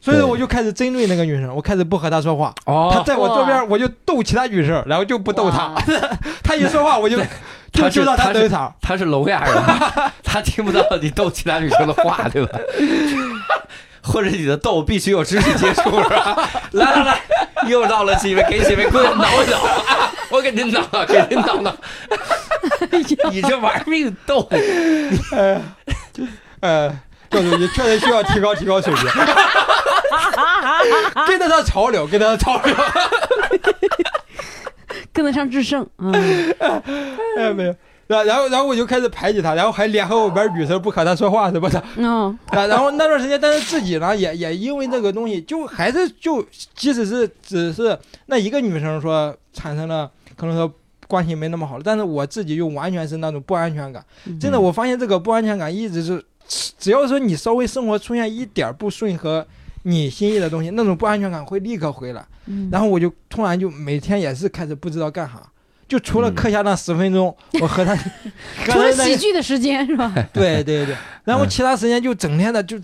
所以我就开始针对那个女生，我开始不和她说话，她哦，在我这边我就逗其他女生，然后就不逗她，哇，她一说话我就就她是就让她她是登场，他是聋哑人， 他听不到你逗其他女生的话，对吧？或者你的逗必须有肢体接触，是吧？ 来来来，又到了几位，给几位棍挠一挠啊！我给您挠，给您挠 挠。你这玩命逗，呃，呃，教主，你确实需要提高提 高水平，跟得上潮流，跟得上潮流。跟得上智胜，嗯， 哎没有。然然后然后我就开始排挤他，然后还联合我们班女生不和他说话什么的。哦，然然后那段时间，但是自己呢也也因为那个东西，就还是就即使是只是那一个女生说产生了可能说关系没那么好了，但是我自己又完全是那种不安全感。真的，我发现这个不安全感一直是，只要说你稍微生活出现一点儿不顺和你心意的东西，那种不安全感会立刻回来。嗯，然后我就突然就每天也是开始不知道干啥，就除了课下那十 分钟，我和他和嗯除他了在喜剧的时间是吧？ 对对对，然后其他时间就整天的就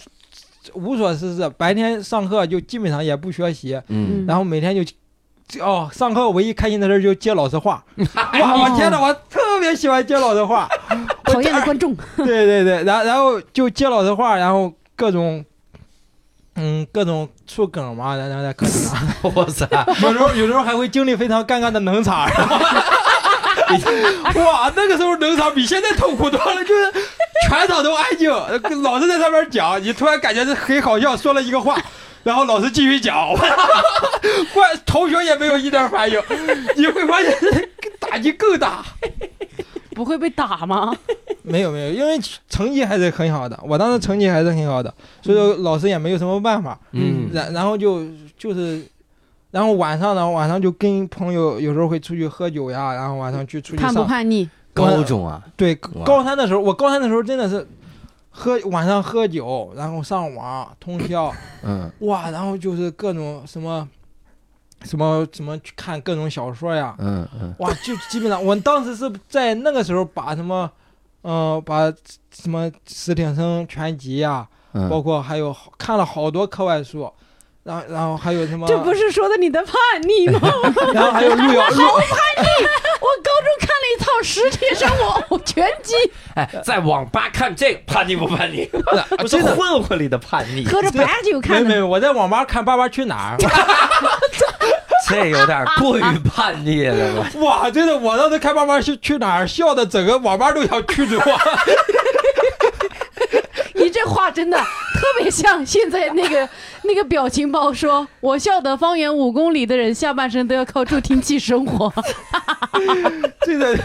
无所事事，白天上课就基本上也不学习，嗯，然后每天就。哦，上课唯一开心的事儿就接老师话，哇！哦我天哪，我特别喜欢接老师话，讨厌的观众， 对对对，然后然后就接老师话，然后各种，嗯，各种出梗嘛，然后在课堂上， 哇塞，有时候有时候还会经历非常尴尬的 冷场，然后哇，那个时候冷场比现在痛苦多了，就是全场都安静，老师在上面讲，你突然感觉是很好笑，说了一 个话。然后老师继续讲，观同学也没有一点反应，你会发现打击更大。不会被打吗？没有没有，因为成绩还是很好的，我当时成绩还是很好的，所以说老师也没有什么办法。嗯然然后就就是，然后晚上呢，晚上就跟朋友有时候会出去喝酒呀，然后晚上去出去叛不上。叛逆？高中啊，对，哇高三的时候，我高三的时候真的是喝晚上喝酒，然后上网通宵，嗯，哇，然后就是各种什么什么什么去看各种小说呀，嗯嗯，哇，就基本上我当时是在那个时候把什么，嗯、把什么史挺生全集呀、嗯包括还有好看了好多课外书，然后然后还有什么，这不是说的你的叛逆吗？然后还有 路遥路哎我高中看了一套《实体生 活》拳击，哎，在网吧看这个叛逆不叛逆？ 不是真的混混里的叛逆，喝着白酒没看没的。有，我在网吧看《爸爸去哪儿》 这有点过于叛逆了吧？ 哇，真的，我当时看《爸爸去去哪儿》，笑的整个网吧 都想驱逐我。你这话真的特别像现在那 个那个表情包说，我笑得方圆五公里的人下半身都要靠助听器生活。真的。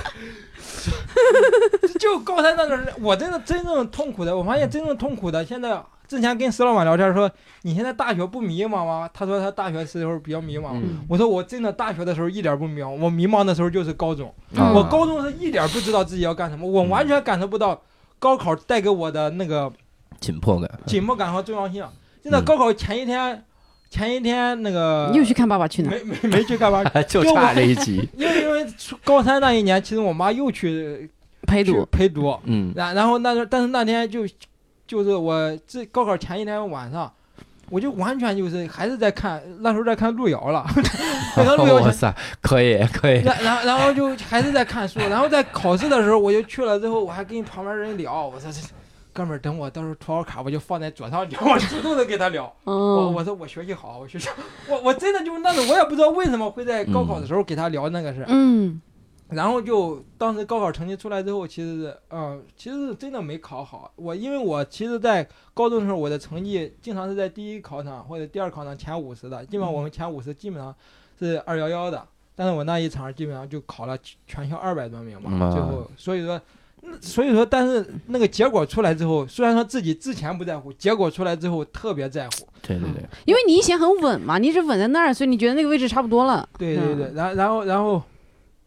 就高三那段时间，我真的真正痛苦的，我发现真正痛苦的，现在之前跟石老板聊天说，你现在大学不迷茫吗？他说他大学时候比较迷茫。嗯我说我真的大学的时候一点不迷茫，我迷茫的时候就是高中，嗯啊我高中是一点不知道自己要干什么，我完全感受不到高考带给我的那个紧迫感，紧迫感和重要性。真的，嗯高考前一天，前一天那个又去看《爸爸去哪儿》没没没去干嘛？ 就差这一集。因为因为高三那一年，其实我妈又去陪去读，陪读， 嗯然然后那时候但是那天就就是我这高考前一天晚上，我就完全就是还是在看那时候在看路遥了， 在看路遥 哇前，塞，可以可以， 然然后然后就还是在看书，然后在考试的时候我就去了之后，我还跟旁边人聊，我说这。哥们儿，等我到时候涂好卡，我就放在左上角，我主动的跟他聊。我嗯我说我学习好，啊我学习好，我我真的就是那种，我也不知道为什么会在高考的时候给他聊那个事儿。嗯，然后就当时高考成绩出来之后，其实是，嗯，其实是真的没考好。我因为我其实，在高中的时候，我的成绩经常是在第一考场或者第二考场前五十的，基本上我们前五十基本上是二幺幺的。但是我那一场基本上就考了全校二百多名嗯啊嘛，最后所以说，那所以说，但是那个结果出来之后，虽然说自己之前不在乎，结果出来之后特别在乎。对对对，因为你以前很稳嘛，你一直稳在那儿，所以你觉得那个位置差不多了。对是吧对对，然然后然后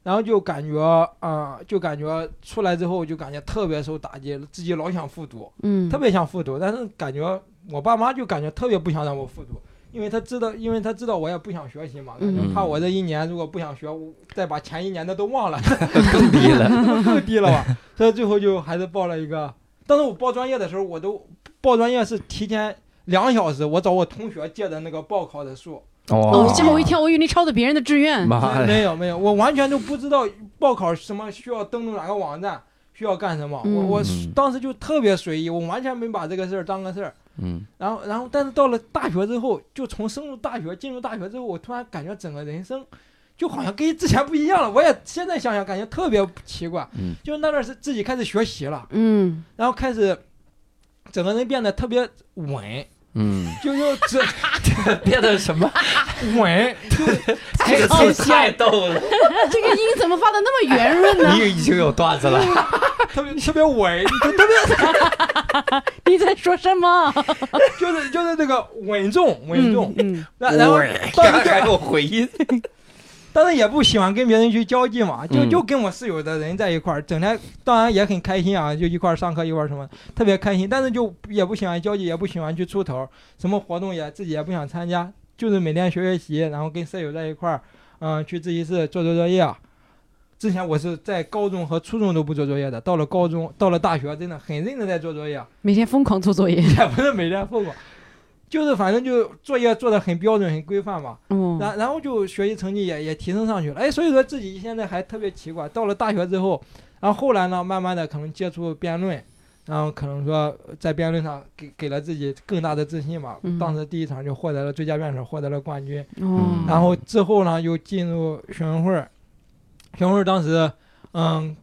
然后就感觉啊、就感觉出来之后就感觉特别受打击，自己老想复读，嗯，特别想复读，但是感觉我爸妈就感觉特别不想让我复读。因为他知道，因为他知道我也不想学习嘛，感觉嗯怕我这一年如果不想学，我再把前一年的都忘了， 更低了。那不更低了吧？所以最后就还是报了一个。当时我报专业的时候，我都报专业是提前两小时，我找我同学借的那个报考的书，哦，吓我一！跳，我以为你抄的别人的志愿。妈的，没有没有，我完全都不知道报考什么需要登录哪个网站，需要干什么。我我嗯当时就特别随意，我完全没把这个事儿当个事儿。嗯，然后然后，但是到了大学之后，就从升入大学进入大学之后，我突然感觉整个人生。就好像跟之前不一样了，我也现在想想感觉特别奇怪。嗯就那段是自 己开始学习了，嗯然后开始整个人变得特别稳，嗯，就就只变得 什么？ 稳，这个词太逗 了，这个音怎么发的那么圆润呢？你已经有段子 了。特别特别稳，就特你在说什么？别就是就是那个稳重稳重，嗯，然然后哦刚但才还是给我回音，但是也不喜欢跟别人去交际嘛，就嗯就跟我室友的人在一块儿，整天当然也很开心啊，就一块儿上课一块儿什么，特别开心，但是就也不喜欢交际，也不喜欢去出头，什么活动也自己也不想参加，就是每天学学习，然后跟舍友在一块儿，嗯、去自习室做做作业啊。之前我是在高中和初中都不做作业的，到了高中，到了大学，真的很认真地在做作业啊。 每天疯狂做作业。也不是每天复过，就是反正就作业做的很标准、很规范吧。 嗯然然后就学习成绩也也提升上去了。哎，所以说自己现在还特别奇怪。到了大学之后，然后后来呢，慢慢的可能接触辩论，然后可能说在辩论上给给了自己更大的自信吧嗯。当时第一场就获得了最佳辩手，获得了冠军。嗯哦，然后之后呢，又进入学生会儿，学生会儿当时，嗯，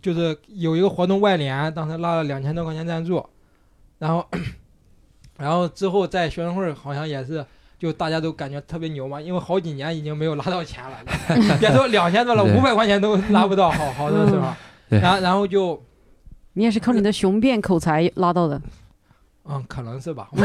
就是有一个活动外联，当时拉了两千多块钱赞助，然后， 然后之后在学生会儿好像也是，就大家都感觉特别牛嘛，因为好几年已经没有拿到钱了， 别说两千多了，对嗯五百块钱都拿不到，好好多是吧？对然后然后就，你也是靠你的雄辩口才拉到的。嗯，可能是吧，我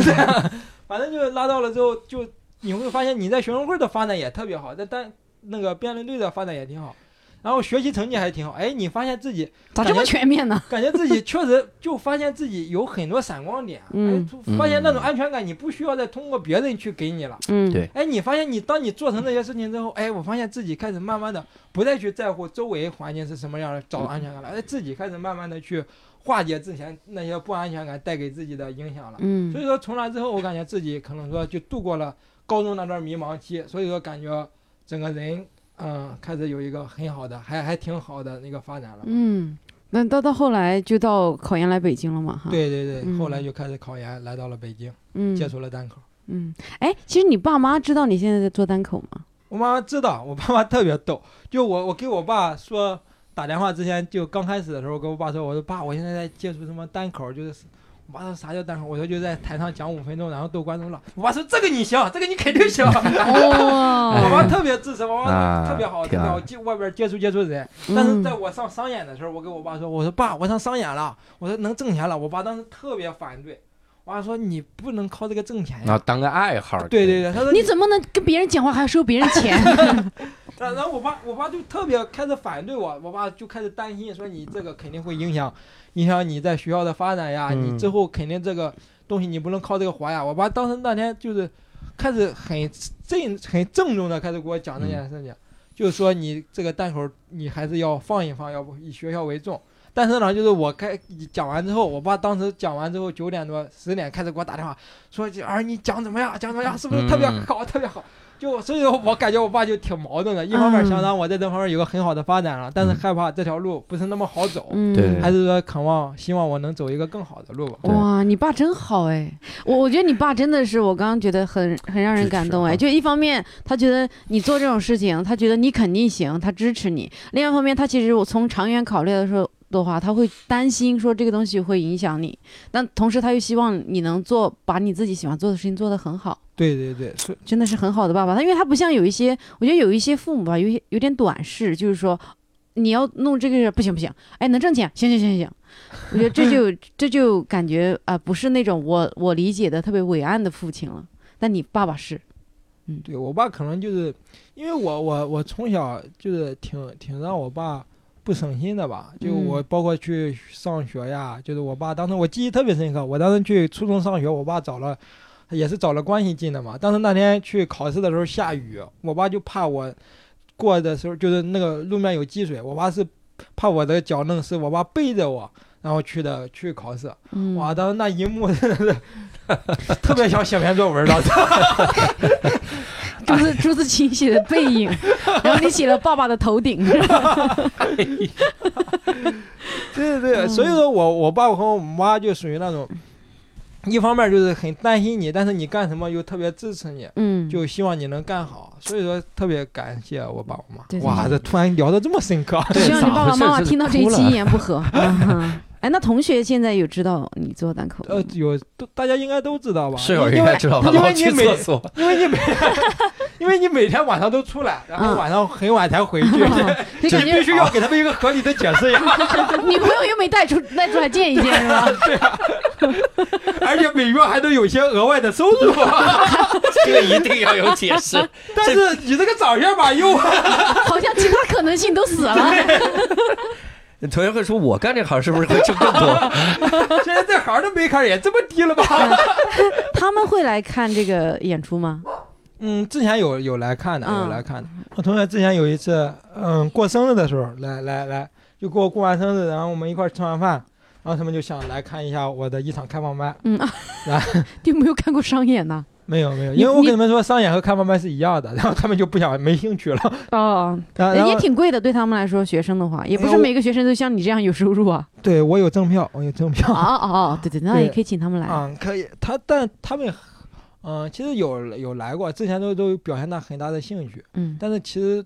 反正就是拉到了之后，就你会发现你在学生会的发展也特别好，在单那个辩论队的发展也挺好，然后学习成绩还挺好。哎，你发现自己咋这么全面呢？感觉自己确实就发现自己有很多闪光点，嗯哎就发现那种安全感你不需要再通过别人去给你了。嗯，对哎，你发现你当你做成这些事情之后，哎，我发现自己开始慢慢的不再去在乎周围环境是什么样的，找安全感了，哎，自己开始慢慢的去化解之前那些不安全感带给自己的影响了。所嗯以说从那之后，我感觉自己可能说就度过了高中那段迷茫期，所以说感觉整个人嗯、开始有一个很好的，还还挺好的那个发展了。嗯，那到到后来就到考研来北京了嘛？哈，，对对对，后来嗯就开始考研，来到了北京，嗯接触了单口。嗯，哎，其实你爸妈知道你现在在做单口吗？我妈妈知道，我爸妈特别逗，就我我给我爸说打电话之前，就刚开始的时候，跟我爸说，我说爸，我现在在接触什么单口，就是。我爸说啥叫单口？我说就在台上讲五分钟，然后逗观众乐。我爸说这个你行，这个你肯 定行。我妈哦，特别支持，我妈啊特别好，特挺别好嗯好，接外边接触接触人。但嗯是在我上商演的时候，我跟我爸说，我说爸，我上商演了，我说能挣钱了。我爸当时特别反对，我爸说你不能靠这个挣钱然后呀。当个爱好。对对对，他说你怎么能跟别人讲话还收别人钱？ 然然后我爸我爸就特别开始反对我，我爸就开始担心说你这个肯定会影响影响你在学校的发展呀，嗯你之后肯定这个东西你不能靠这个活呀。我爸当时那天就是开始很郑很郑重的开始给我讲这件事情，就是说你这个单口你还是要放一放，要不以学校为重。但是呢，就是我开讲完之后，我爸当时讲完之后九点多十点开始给我打电话，说儿你讲怎么样，讲怎么样，是不是特别嗯好，特别好？就所以说我感觉我爸就挺矛盾的，一方面嗯想让我在这方面有个很好的发展了，但是害怕这条路不是那么好走，嗯，对还是说渴望希望我能走一个更好的路吧。对哇，你爸真好哎！我我觉得你爸真的是我刚刚觉得很很让人感动哎，支啊就一方面他觉得你做这种事情，他觉得你肯定行，他支持你；另一方面，他其实我从长远考虑的时候的话，他会担心说这个东西会影响你，但同时他又希望你能做把你自己喜欢做的事情做得很好，对对对，所以真的是很好的爸爸。他因为他不像有一些，我觉得有一些父母吧，有些有点短视，就是说你要弄这个不行不行，哎，能挣钱，行行行行。我觉得这就 这就感觉啊、不是那种我我理解的特别伟岸的父亲了。但你爸爸是，对我爸可能就是因为我我我从小就是挺挺让我爸不省心的吧，就嗯我包括去上学呀，就是我爸当时我记忆特别深刻，我当时去初中上学，我爸找了。也是找了关系进的嘛。当时那天去考试的时候下雨，我爸就怕我过的时候就是那个路面有积水，我爸是怕我的脚弄湿，我爸背着我然后去的去考试。嗯，哇，当时那一幕真的是 特别想写篇作文了。朱 自朱自清写的背影，然后你写了爸爸的头 顶，对对嗯对，所以说我我爸和我妈就属于那种，一方面就是很担心你，但是你干什么又特别支持你，嗯，就希望你能干好。所以说特别感谢我爸我妈对。对哇，对这突然聊得这么深刻。希望你爸爸妈妈这是听到这一哭了期一言不合。嗯哼哎，那同学现在有知道你做单口吗？呃，有都大家应该都知道吧？室友因应为该知道吧？因老为你去每厕 所，因为你每因为你每天晚上都出来，然后晚上很晚才回去， 你就感必觉须要给他们一个合理的解释呀。 女朋友又没带出带出来见一见是 吧？而且每月还能有些额外的 收入。这个一定要有解释。但是你这个长相吧，又好像其他可能性都死了。 同学会说，我干这行是不是会挣更 多？现在这行的门槛也这么低了吧？他们会来看这个演出吗？嗯，之前有有来看的，嗯有来看的。我同学之前有一次，嗯，过生日的时候来来来，就给我过完生日，然后我们一块儿吃完饭，然后他们就想来看一下我的一场开放麦。嗯，你没有看过商演呐？没有没有，你因为我你跟你们说，商演和开放麦是一样的，然后他们就不想没兴趣了。 哦，然然也后挺贵的，对他们来说，学生的话，也不是每个学生都像你这样有收入啊。对我有赠票，我有赠票 哦。哦哦，对对，那对也可以请他们来。嗯，可以。他但他们，嗯、其实有有来过，之前都都表现到很大的兴趣，嗯，但是其实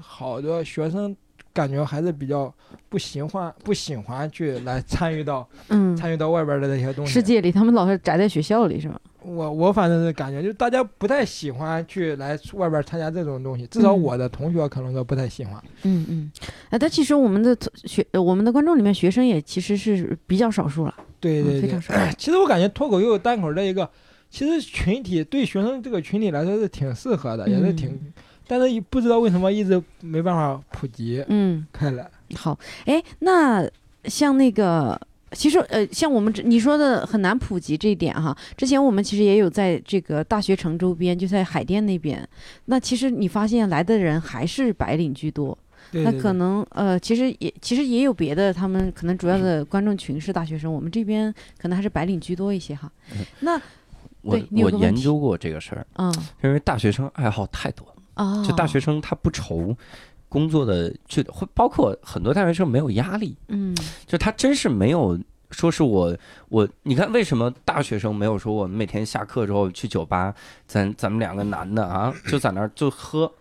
好多学生感觉还是比较不喜欢不喜欢去来参与到嗯，参与到外边的这些东西。世界里他们老是宅在学校里是吧？我我反正是感觉，就大家不太喜欢去来外边参加这种东西，至少嗯我的同学可能说不太喜欢。嗯嗯，哎，但其实我们的同学呃我们的观众里面学生也其实是比较少数了，对嗯对非对常，少。其实我感觉脱口秀单口这一个，其实群体对学生这个群体来说是挺适合的，也是挺嗯但是也不知道为什么一直没办法普及嗯，开来。好，哎，那像那个。其实，呃，像我们这你说的很难普及这一点哈。之前我们其实也有在这个大学城周边，就在海淀那边。那其实你发现来的人还是白领居多，对那可能呃，其实也其实也有别的，他们可能主要的观众群是大学生，我们这边可能还是白领居多一些哈。那我对你有我个问研题究过这个事儿，嗯因为大学生爱好太多了。啊，就大学生他不愁工作的，就会包括很多大学生没有压力，嗯就他真是没有说是我我你看为什么大学生没有说我们每天下课之后去酒吧，咱咱们两个男的啊就在那儿就喝。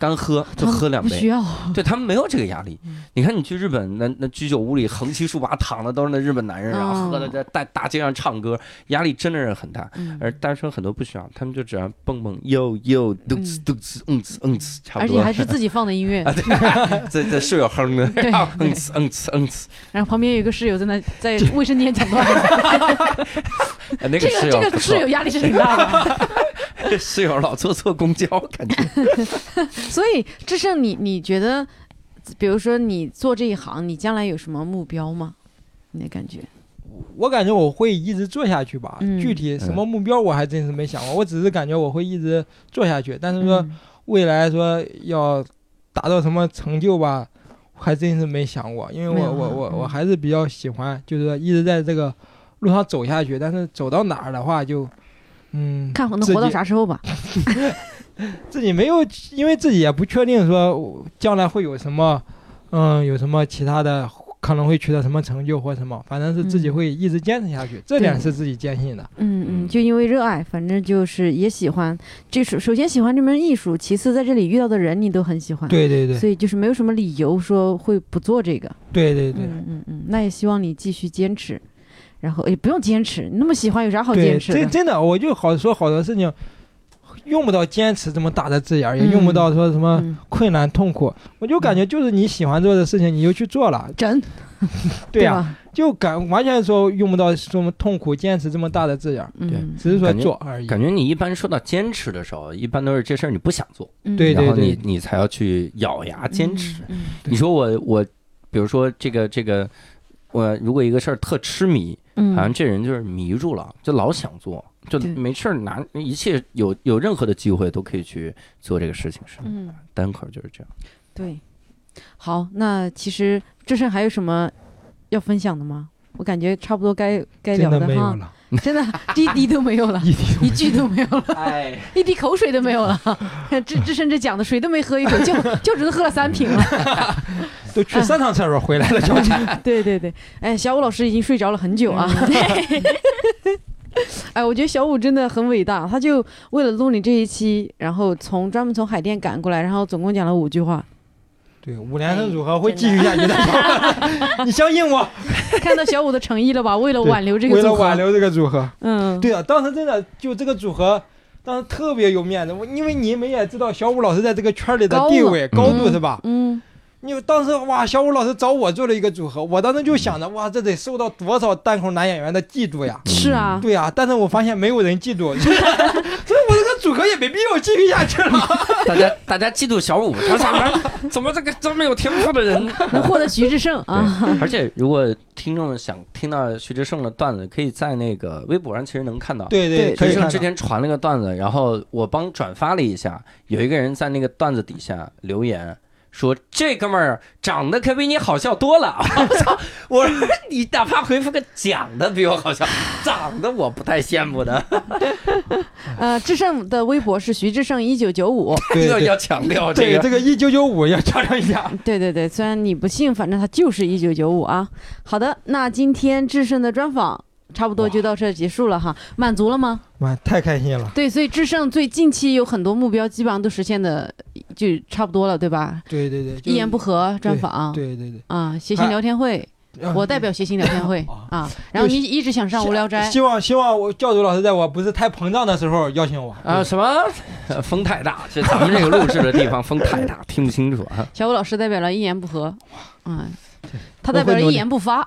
干喝就喝两啊不需杯，要，嗯对他们没有这个压力。你看，你去日本那那居酒屋里横七竖八躺的都是那日本男人，然后哦喝的在大大街上唱歌，压力真的是很大。嗯而大学生很多不需要，他们就只要蹦蹦呦呦嘟呲嘟呲嗯呲嗯呲，差不而多。且还是自己放的音乐 啊，，对，这这室友哼的，对啊对嗯呲嗯呲嗯呲，然后旁边有一个室友在那在卫生间讲段 子，哎那个这室个这友个不室错友，压力是挺大的。 室友老坐错公交，感觉 所以志胜，你你觉得，比如说你做这一行，你将来有什么目标吗？你的感觉？我感觉我会一直做下去吧，嗯具体什么目标我还真是没想过，我只是感觉我会一直做下去，但是说嗯未来说要达到什么成就吧，还真是没想过，因为没有我我哈我嗯我还是比较喜欢，就是说一直在这个路上走下去，但是走到哪儿的话就。嗯，看能自己活到啥时候吧。自己没有，因为自己也不确定说我将来会有什么，嗯，有什么其他的可能会取得什么成就或什么，反正是自己嗯会一直坚持下去，这点是自己坚信的。嗯嗯，就因为热爱，反正就是也喜欢。这首首先喜欢这门艺术，其次在这里遇到的人你都很喜欢，对对对所以就是没有什么理由说会不做这个。对对对。嗯嗯嗯，那也希望你继续坚持，然后也哎不用坚持，你那么喜欢有啥好对，坚持真的？真的，我就好说好多事情，用不到坚持这么大的字眼儿，也用不到说什么嗯，困难痛苦，我就感觉就是你喜欢做的事情，你就去做了。整对啊呀、吧？就感完全说用不到什么痛苦、坚持这么大的字眼儿，嗯，只是说感觉做而已。 感觉你一般说到坚持的时候，一般都是这事儿你不想做，嗯对然后对你你才要去咬牙坚持。。嗯你说我我，比如说这个这个，我如果一个事儿特痴迷，嗯，好像这人就是迷住了，就老想做，就对没事儿拿一切有有任何的机会都可以去做这个事情，是吗嗯，单口就是这样。对。好，那其实志胜还有什么要分享的吗？我感觉差不多该该真聊的没有哈，了，，真的一滴都没有了 一滴都没一句都没有了。哎，一滴口水都没有了， 这这甚至讲的水都没喝一口， 就就只是喝了三瓶了。有都去三趟厕所回 来了，就对对对，哎，小武老师已经睡着了很久啊。嗯 哎，我觉得小武真的很伟大，他就为了录你这一期，然后从专门从海淀赶过来，然后总共讲了五句话。对，五连胜哎组合会继续下去的， 你相信我。 看到小五的诚意了吧？为了挽留这个为了组挽合，留这个组合，嗯，对啊，当时真的就这个组合，当时特别有面子。我因为你们也知道小武老师在这个圈里的地位高高嘛度是吧？嗯，你们当时哇，小武老师找我做了一个组合，我当时就想着哇，这得受到多少单口男演员的嫉妒呀！是啊，对啊，但是我发现没有人嫉妒， 所以所以我这个组合也没必要继续下去了。大家大家嫉妒小五，他上面怎么这个这么有天赋的人？能获得徐志胜 啊，对，而且如果听众想听到徐志胜的段子，可以在那个微博上其实能看到。对对可徐志以胜看之到。前传了个段子，然后我帮转发了一下，有一个人在那个段子底下留言。说这哥们儿长得可比你好笑多了， 我操！我说你哪怕回复个讲的比我好笑，长得我不太羡慕的，呃，志胜的微博是徐志胜一九九 五，对要对要强调这对，个。这个一九九五要强调一下。对对对，虽然你不信，反正他就是一九九五啊。好的，那今天志胜的专访差不多就到这儿结束了哈，满足了吗？哇，太开心了。对，所以志胜最近期有很多目标，基本上都实现的就差不多了，对吧？对对对，就一言不合专访，对对对，啊，谐星聊天会，我代表谐星聊天会啊啊，然后你一直想上无聊斋，希望希望我教主老师在我不是太膨胀的时候邀请我啊，什么呃风太大？这咱们这个录制的地方风太大，听不清楚啊。小武老师代表了一言不合，嗯，他代表了一言不发。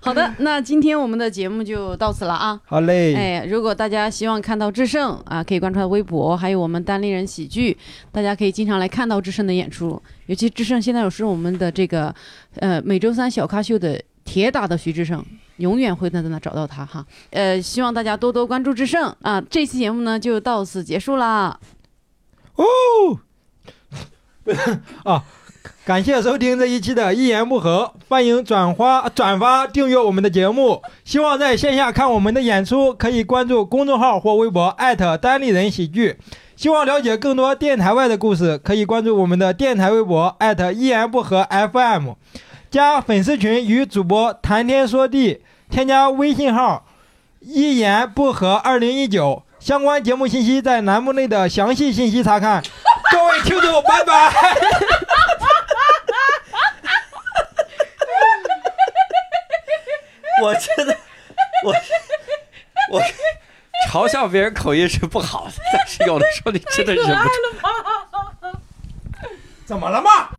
好的，那今天我们的节目就到此了啊。好嘞，哎，如果大家希望看到志胜啊，可以关注他的微博，还有我们单立人喜剧，大家可以经常来看到志胜的演出。尤其志胜现在有是我们的这个呃每周三小咖秀的铁打的徐志胜，永远会在那找到他哈。呃，希望大家多多关注志胜啊。这期节目呢就到此结束啦。感谢收听这一期的《一言不合》，欢迎转发、转发、订阅我们的节目。希望在线下看我们的演出，可以关注公众号或微博单立人喜剧。希望了解更多电台外的故事，可以关注我们的电台微博一言不合 FM，加粉丝群与主播谈天说地，添加微信号一言不合二零一九。相关节目信息在栏目内的详细信息查看。各位听众，拜拜。我觉得我我嘲笑别人口音是不好的，但是有的时候你真的忍不住。怎么了嘛？